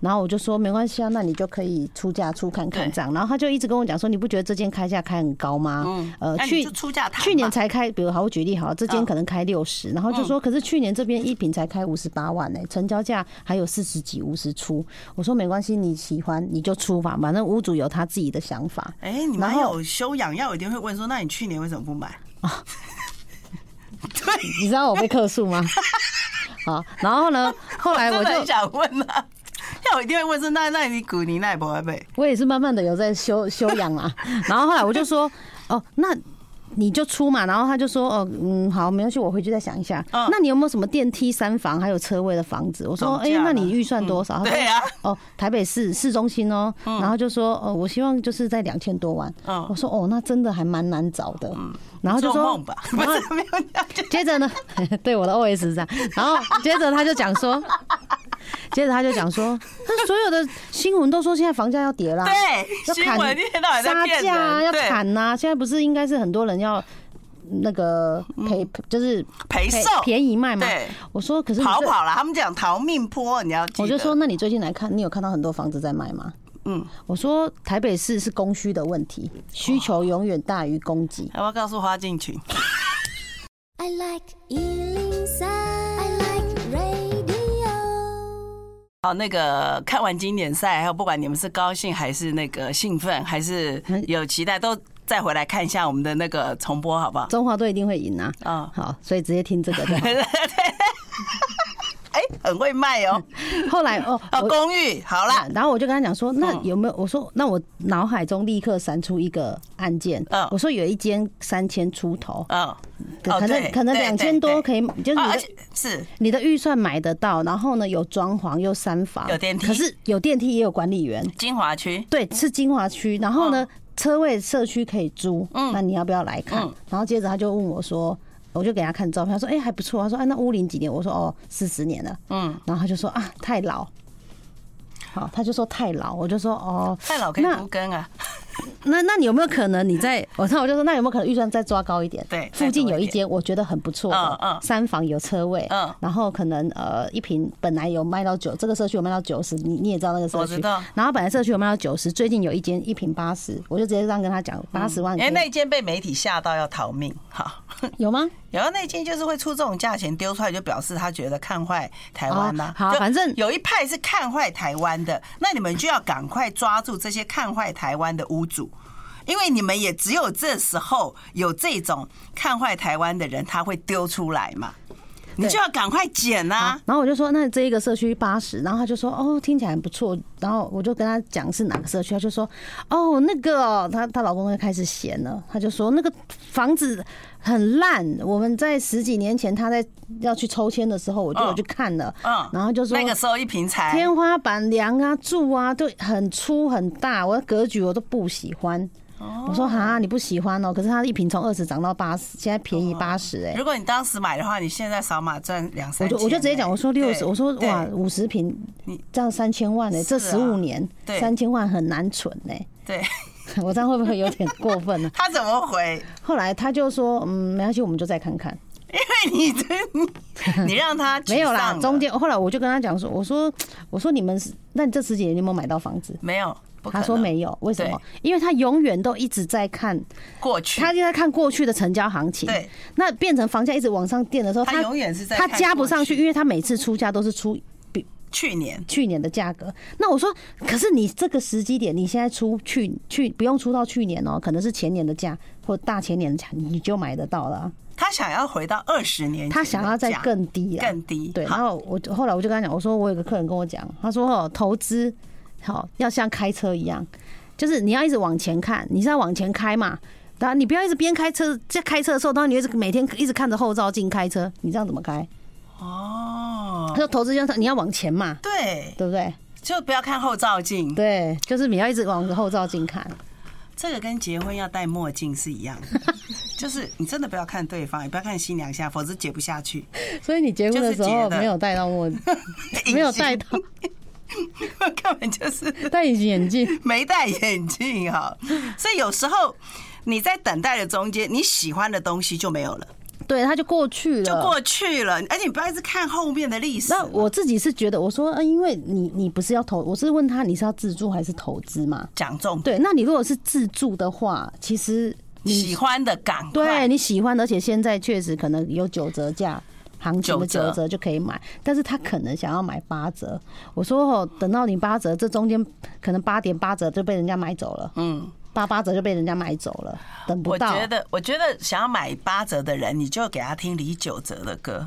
Speaker 2: 然后我就说没关系啊，那你就可以出价出看看
Speaker 1: 对
Speaker 2: 这样。然后他就一直跟我讲说，你不觉得这间开价开很高吗？
Speaker 1: 嗯
Speaker 2: 呃，
Speaker 1: 那你
Speaker 2: 去
Speaker 1: 就出价谈吧
Speaker 2: 去年才开，比如好，我举例好了，这间
Speaker 1: 嗯
Speaker 2: 可能开六十，然后就说，可是去年这边一瓶才开五十八万呢、成交价还有四十几、五十出。我说没关系，你喜欢你就出吧，反正屋主有他自己的想法。
Speaker 1: 哎、你
Speaker 2: 然
Speaker 1: 蛮
Speaker 2: 后
Speaker 1: 有修养，要有一天会问说，那你去年为什么不 买？对，
Speaker 2: 你知道我被客诉 吗？好，然后呢，后来哎我
Speaker 1: 真
Speaker 2: 就
Speaker 1: 的很想问啊，要有一天会问说，那那你古尼奈不会被？
Speaker 2: 我也是慢慢的有在修修养啦。然后后来我就说，哦，那你就出嘛。然后他就说，哦，嗯，好，没关系，我回去再想一下。
Speaker 1: 嗯
Speaker 2: 那你有没有什么电梯三房还有车位的房子？我说，
Speaker 1: 总价
Speaker 2: 哎、
Speaker 1: 嘛
Speaker 2: 那你预算多少？他说
Speaker 1: 对啊，
Speaker 2: 哦，台北市市中心哦。然后就说，哦，我希望就是在两千多万。
Speaker 1: 嗯
Speaker 2: 我说，哦，那真的还蛮难找的。然后就
Speaker 1: 做
Speaker 2: 说
Speaker 1: 梦吧，，不
Speaker 2: 然后
Speaker 1: 是没有这样就
Speaker 2: 接着呢， 对我的 OS 是这样，然后接着他就讲说，接着他就讲说，那所有的新闻都说现在房价要跌啦，
Speaker 1: 对，
Speaker 2: 啊要
Speaker 1: 新
Speaker 2: 砍
Speaker 1: 闻一天到晚在
Speaker 2: 杀
Speaker 1: 骗
Speaker 2: 价啊，要
Speaker 1: 人，对，
Speaker 2: 砍呐、现在不是应该是很多人要那个赔，就是
Speaker 1: 赔
Speaker 2: 赔
Speaker 1: 售，
Speaker 2: 便宜卖嘛
Speaker 1: 嗯对。
Speaker 2: 我说可是你
Speaker 1: 逃
Speaker 2: 这，
Speaker 1: 跑了，他们讲逃命坡，你要记得。
Speaker 2: 我就说那你最近来看，你有看到很多房子在卖吗？
Speaker 1: 嗯，
Speaker 2: 我说台北市是供需的问题，需求永远大于供给。
Speaker 1: 要不要告诉花敬群？
Speaker 4: I like Ealing Sound. I like radio.
Speaker 1: 好，那个看完经典赛，还有不管你们是高兴还是那个兴奋，还是
Speaker 2: 嗯
Speaker 1: 有期待，都再回来看一下我们的那个重播，好不好？
Speaker 2: 中华队一定会赢啊！
Speaker 1: 啊、
Speaker 2: 好，所以直接听这个就好。
Speaker 1: 对对对， 哎、很会卖哦。
Speaker 2: 后来哦，
Speaker 1: 啊，
Speaker 2: 我
Speaker 1: 公寓好啦，
Speaker 2: 嗯然后我就跟他讲说，那
Speaker 1: 嗯
Speaker 2: 有没有？我说，那我脑海中立刻闪出一个案件
Speaker 1: 嗯。
Speaker 2: 我说有一间三千出头，
Speaker 1: 嗯，哦
Speaker 2: 可能
Speaker 1: 对
Speaker 2: 可能
Speaker 1: 对
Speaker 2: 两千多
Speaker 1: 对
Speaker 2: 可以，就是
Speaker 1: 啊，而
Speaker 2: 你的
Speaker 1: 且是
Speaker 2: 你的预算买得到，然后呢有装潢又三房，
Speaker 1: 有电梯嗯
Speaker 2: 可是有电梯也有管理员，
Speaker 1: 金华区，
Speaker 2: 对，是精华区，然后呢车位社区可以租，
Speaker 1: 嗯
Speaker 2: 那你要不要来看
Speaker 1: 嗯？
Speaker 2: 然后接着他就问我说。我就给他看照片，他说：“哎、还不错。”他说：“哎、那屋龄几年？”我说：“哦，四十年了。”
Speaker 1: 嗯，
Speaker 2: 然后他就说啊，太老。好，他就说太老，我就说哦，
Speaker 1: 太老可以
Speaker 2: 那
Speaker 1: 不跟啊，
Speaker 2: 那那你有没有可能你 在？我那我就说那有没有可能预算再抓高一点？
Speaker 1: 对
Speaker 2: 附近
Speaker 1: 再多
Speaker 2: 有
Speaker 1: 一
Speaker 2: 一间我觉得很不错的，
Speaker 1: 嗯嗯
Speaker 2: 三房有车位，
Speaker 1: 嗯
Speaker 2: 然后可能呃一平本来有卖到九，这个社区有卖到九十，你你也知道那个社
Speaker 1: 我
Speaker 2: 区，
Speaker 1: 知道
Speaker 2: 然后本来社区有卖到九十，最近有一间一平八十，我就直接这样跟他讲八十万可
Speaker 1: 因嗯
Speaker 2: 以，
Speaker 1: 哎为那一间被媒体吓到要逃命，哈。
Speaker 2: 有吗？
Speaker 1: 然后那一间就是会出这种价钱丢出来，就表示他觉得看坏台湾呐、
Speaker 2: 哦好
Speaker 1: 就
Speaker 2: 反正
Speaker 1: 有一派是看坏台湾的，那你们就要赶快抓住这些看坏台湾的屋主，因为你们也只有这时候有这种看坏台湾的人，他会丢出来嘛，你就要赶快捡啊呐、
Speaker 2: 好然后我就说那这一个社区八十，然后他就说哦听起来很不错，然后我就跟他讲是哪个社区，他就说哦那个哦，她她老公就开始闲了，他就说那个房子很烂，我们在十几年前他在要去抽签的时候我就
Speaker 1: 嗯
Speaker 2: 有去看了，
Speaker 1: 嗯，
Speaker 2: 然后就说
Speaker 1: 那个时候一瓶才
Speaker 2: 天花板、梁啊、柱啊都很粗很大，我的格局我都不喜欢。我说哈，你不喜欢哦，可是他一瓶从二十涨到八十，现在便宜八十哎，
Speaker 1: 如果你当时买的话，你现在扫码赚两
Speaker 2: 我
Speaker 1: 三千
Speaker 2: 就
Speaker 1: 呢，
Speaker 2: 我就直接讲，我说六十，
Speaker 1: 对
Speaker 2: 我说
Speaker 1: 对
Speaker 2: 哇，五十平
Speaker 1: 你，
Speaker 2: 这样三千万呢、
Speaker 1: 是啊
Speaker 2: 这十五年
Speaker 1: 对
Speaker 2: 三千万很难存呢、
Speaker 1: 对
Speaker 2: 我这样会不会有点过分呢、
Speaker 1: 他怎么回？
Speaker 2: 后来他就说，嗯，没关系，我们就再看看。
Speaker 1: 因为你这 你让他沮
Speaker 2: 没有啦
Speaker 1: 丧，了
Speaker 2: 中间后来我就跟他讲说，我说我说你们是，那你这十几年你有没有买到房子？
Speaker 1: 没有，不可
Speaker 2: 他说
Speaker 1: 能
Speaker 2: 没有，为什么？因为他永远都一直在看，
Speaker 1: 过去，
Speaker 2: 他就在看过去的成交行情。
Speaker 1: 对，
Speaker 2: 那变成房价一直往上垫的时候，
Speaker 1: 他
Speaker 2: 他
Speaker 1: 永远是在
Speaker 2: 他
Speaker 1: 看
Speaker 2: 加不
Speaker 1: 过
Speaker 2: 上去，
Speaker 1: 去
Speaker 2: 因为他每次出价都是出比
Speaker 1: 去年
Speaker 2: 去年的价格。那我说，可是你这个时机点，你现在出去去不用出到去年哦、可能是前年的价或大前年的价，你就买得到了啊、
Speaker 1: 他想要回到二十嗯年前的价，
Speaker 2: 他想要再更低啊，
Speaker 1: 更低，
Speaker 2: 对。然
Speaker 1: 好，
Speaker 2: 后我就后来我就跟他讲，我说我有个客人跟我讲，他说哦，投资好要像开车一样，就是你要一直往前看，你是要往前开嘛。然后你不要一直边开车，在开车的时候，当然你一直每天一直看着后照镜开车，你这样怎么开？他
Speaker 1: 哦，
Speaker 2: 说投资就像你要往前嘛，
Speaker 1: 对，
Speaker 2: 对不对？
Speaker 1: 就不要看后照镜，
Speaker 2: 对，就是你要一直往后照镜看。
Speaker 1: 这个跟结婚要戴墨镜是一样 的，就是你真的不要看对方，也不要看新娘下，否则解不下去。
Speaker 2: 所以你结婚的时
Speaker 1: 就是
Speaker 2: 候
Speaker 1: 结的
Speaker 2: 没有戴到墨， 没有戴到
Speaker 1: 根本就是
Speaker 2: 戴隐形眼镜，
Speaker 1: 没戴眼镜啊哈，所以有时候你在等待的中间，你喜欢的东西就没有了。
Speaker 2: 对，他就过去了，
Speaker 1: 就过去了，而且你不要一直看后面的历史。
Speaker 2: 那我自己是觉得，我说，呃，因为你你不是要投，我是问他你是要自住还是投资嘛？
Speaker 1: 讲重点，
Speaker 2: 对，那你如果是自住的话，其实
Speaker 1: 喜欢的赶快
Speaker 2: 对你喜欢的，而且现在确实可能有九折价。行情的
Speaker 1: 九折
Speaker 2: 九折就可以买，但是他可能想要买八折。我说哦，等到你八折，这中间可能八点八折就被人家买走了，
Speaker 1: 嗯，
Speaker 2: 八八折就被人家买走了，等不
Speaker 1: 我
Speaker 2: 到。
Speaker 1: 觉得，我觉得想要买八折的人，你就给他听李九哲的歌，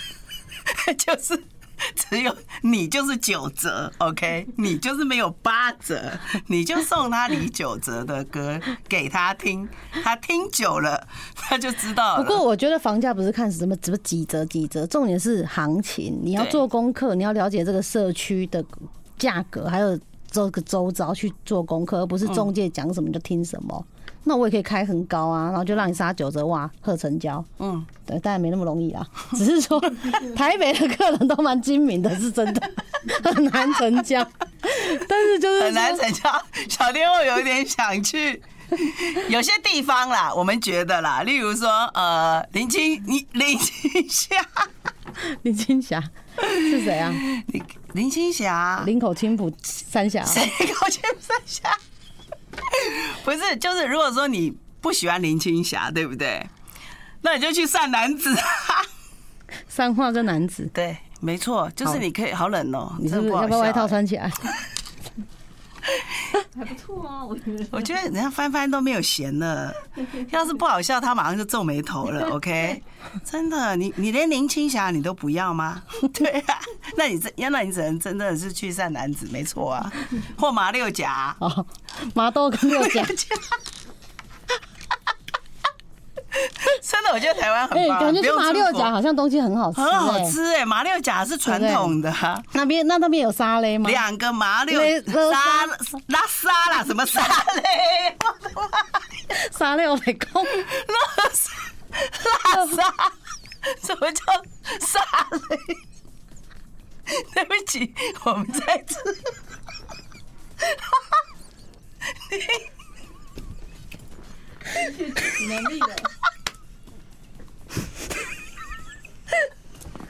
Speaker 1: 就是只有你就是九折，OK，你就是没有八折，你就送他李九哲的歌给他听，他听久了他就知道了。
Speaker 2: 不过我觉得房价不是看什么什么几折几折，重点是行情。你要
Speaker 1: 对
Speaker 2: 做功课，你要了解这个社区的价格，还有这个周遭去做功课，而不是
Speaker 1: 嗯
Speaker 2: 中介讲什么就听什么。那我也可以开很高啊，然后就让你杀九折哇，贺成交。
Speaker 1: 嗯，
Speaker 2: 对，当然没那么容易啦， 只是说台北的客人都蛮精明的，是真的 很难成交。 但是就是
Speaker 1: 很难
Speaker 2: 说
Speaker 1: 成交。小天后有一点想去有些地方啦，我们觉得啦，例如说呃，林青，你林青霞，
Speaker 2: 林青霞是谁啊？
Speaker 1: 林林青霞，
Speaker 2: 林口青浦三峡啊、
Speaker 1: 谁 搞清三下？ 不是，就是如果说你不喜欢林青霞，对不对？那你就去善男子啊。
Speaker 2: 三化跟男子。
Speaker 1: 对，没错，就是你可以好冷哦、
Speaker 2: 你是
Speaker 1: 真
Speaker 2: 不
Speaker 1: 的
Speaker 2: 是
Speaker 1: 好
Speaker 2: 要把外
Speaker 1: 笑
Speaker 2: 套
Speaker 1: 欸？
Speaker 2: 穿起 来？
Speaker 3: 还不错啊，我觉得。
Speaker 1: 我觉得人家翻翻都没有闲 了，要是不好笑，他马上就皱眉头了。OK，真 的，你你连林青霞你都不要 吗？对啊，那你这那你只能真的是去善男子，没错啊，或麻六甲啊、
Speaker 2: 哦，麻豆跟六 甲，
Speaker 1: 真的，我觉得台湾很
Speaker 2: 哎，
Speaker 1: 棒，
Speaker 2: 感觉
Speaker 1: 不
Speaker 2: 去
Speaker 1: 用
Speaker 2: 麻
Speaker 1: 出
Speaker 2: 六
Speaker 1: 国
Speaker 2: 甲好像东西很好吃，
Speaker 1: 很好
Speaker 2: 哎。
Speaker 1: 吃哎、麻六甲是传统的、啊，
Speaker 2: 那边那那边有沙勒吗？
Speaker 1: 两个麻六
Speaker 2: 勒勒
Speaker 1: 沙拉沙啦，什么沙嘞？ 我的妈！
Speaker 2: 沙勒我没空，
Speaker 1: 拉沙拉沙，什么叫沙嘞？ 对不起，我们在吃。
Speaker 3: 能 力的。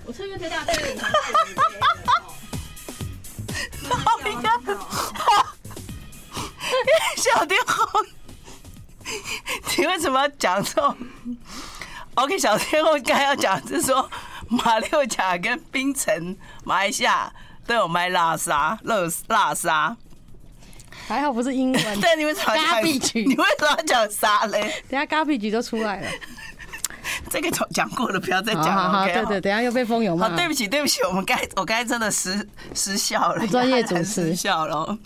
Speaker 3: 我趁热推大队，你还是有别人好
Speaker 1: 好一个，好， 小天后， 你为什么要讲这种？OK，小天后刚才要讲是说马六甲跟槟城、马来西亚都有卖辣沙、热辣沙，
Speaker 2: 还好不是英文，
Speaker 1: 但你为什么要
Speaker 2: 咖
Speaker 1: 讲？
Speaker 2: 喱曲
Speaker 1: 你为什么要讲沙嘞？
Speaker 2: 等下咖啡局就出 来了。
Speaker 1: 这个讲讲过了，不要再
Speaker 2: 好
Speaker 1: 讲
Speaker 2: 啊好
Speaker 1: 了。
Speaker 2: 好，
Speaker 1: OK，
Speaker 2: 对对，等下又被风友
Speaker 1: 好，
Speaker 2: 骂。
Speaker 1: 哦对不起，对不起，我们该我刚才真的失失效了，
Speaker 2: 专 业主持
Speaker 1: 失效了哦。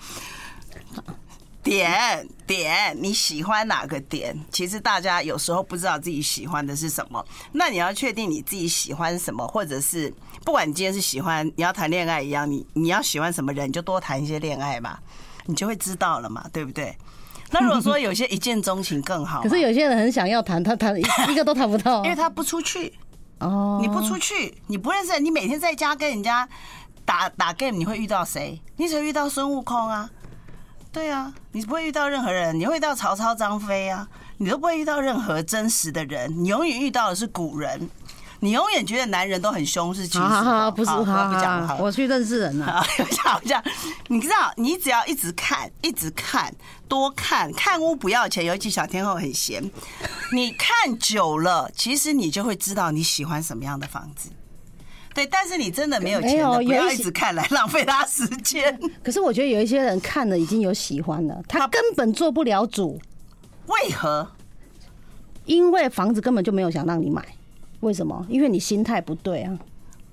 Speaker 1: 点点，你喜欢哪个点？其实大家有时候不知道自己喜欢的是什么，那你要确定你自己喜欢什么，或者是不管你今天是喜欢你要谈恋爱一样，你你要喜欢什么人，你就多谈一些恋爱嘛，你就会知道了嘛，对不对？那如果说有些一见钟情更好嘛，
Speaker 2: 可是有些人很想要谈，他谈一 一个都谈不到
Speaker 1: 因为
Speaker 2: 啊。
Speaker 1: 他不出去，
Speaker 2: 哦，
Speaker 1: 你不出去，你不认识人，你每天在家跟人家打打 game，你会遇到谁？你只会遇到孙悟空啊，对啊，你不会遇到任何人，你会遇到曹操、张飞啊，你都不会遇到任何真实的人，你永远遇到的是古人，你永远觉得男人都很凶是其实
Speaker 2: 好
Speaker 1: 的，
Speaker 2: 好好，不是
Speaker 1: 不
Speaker 2: 好好
Speaker 1: 不讲了
Speaker 2: 好，
Speaker 1: 好了
Speaker 2: 我去认识人了。
Speaker 1: 啊， 讲讲，你知道，你只要一直看，一直看，多看，看屋不要钱，尤其小天后很闲，你看久了，其实你就会知道你喜欢什么样的房子。对，但是你真的没有钱
Speaker 2: 没有
Speaker 1: 的，不
Speaker 2: 有
Speaker 1: 要
Speaker 2: 一
Speaker 1: 一
Speaker 2: 些
Speaker 1: 直看来浪费他时间。
Speaker 2: 可是我觉得有一些人看了已经有喜欢了，他根本做不了主，
Speaker 1: 为何？
Speaker 2: 因为房子根本就没有想让你买。为什么？因为你心态不对啊。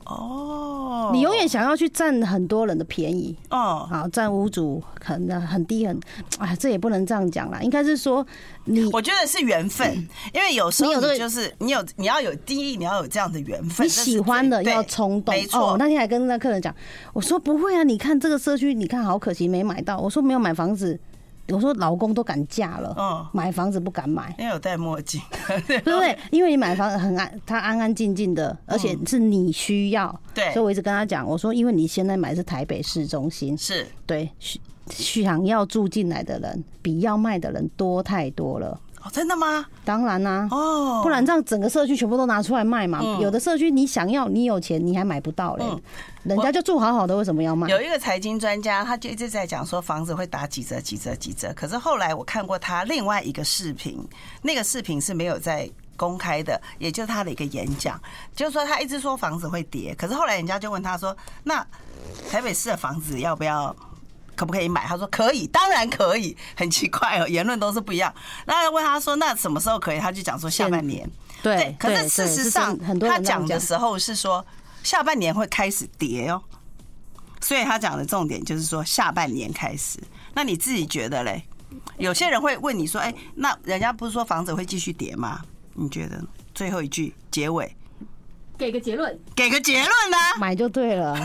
Speaker 1: 哦，
Speaker 2: 你永远想要去占很多人的便宜，
Speaker 1: 哦，
Speaker 2: 好占屋主很很低很，哎，这也不能这样讲啦，应该是说你
Speaker 1: 我觉得是缘分，因为有时
Speaker 2: 嗯
Speaker 1: 候
Speaker 2: 你有这个
Speaker 1: 你就是你有你要有第一，你要有这样的缘分，这
Speaker 2: 你
Speaker 1: 是
Speaker 2: 喜欢的
Speaker 1: 最
Speaker 2: 要
Speaker 1: 对
Speaker 2: 冲动
Speaker 1: 没。
Speaker 2: 哦
Speaker 1: 错，
Speaker 2: 我。那天还跟那客人讲，我说不会啊，你看这个社区，你看好可惜没买到，我说没有买房子，我说老公都敢嫁了
Speaker 1: 嗯，
Speaker 2: 买房子不 敢买。
Speaker 1: 因为有戴墨镜，
Speaker 2: 对不对？因为你买房子很安，他安安静静的，而且是你需要。
Speaker 1: 嗯对
Speaker 2: 所以我一直跟他讲，我说因为你现在买是台北市中心，
Speaker 1: 是
Speaker 2: 对，需想要住进来的人比要卖的人多太多了。
Speaker 1: 哦，真的吗？
Speaker 2: 当然啦、
Speaker 1: 哦，
Speaker 2: 不然这样整个社区全部都拿出来卖嘛。
Speaker 1: 嗯
Speaker 2: 有的社区你想要，你有钱你还买不到嘞
Speaker 1: 嗯，
Speaker 2: 人家就住好好的，为什么要卖？
Speaker 1: 有一个财经专家，他就一直在讲说房子会打几折、几折、几折。可是后来我看过他另外一个视频，那个视频是没有在公开的，也就是他的一个演讲，就是说他一直说房子会跌，可是后来人家就问他说：“那台北市的房子要不要？”可不可以买？他说可以，当然可以。很奇怪哦，言论都是不一样。那问他说那什么时候可以？他就讲说下半年。
Speaker 2: 对，
Speaker 1: 可
Speaker 2: 对
Speaker 1: 是事
Speaker 2: 对这
Speaker 1: 实上，
Speaker 2: 很多
Speaker 1: 他
Speaker 2: 人这样
Speaker 1: 讲的时候是说下半年会开始跌哦，所以他讲的重点就是说下半年开始。那你自己觉得嘞？有些人会问你说：“哎，那人家不是说房子会继续跌吗？”你觉得呢最后一句结尾
Speaker 3: 给个结论，
Speaker 1: 给个结论呢、啊
Speaker 2: 买就对了，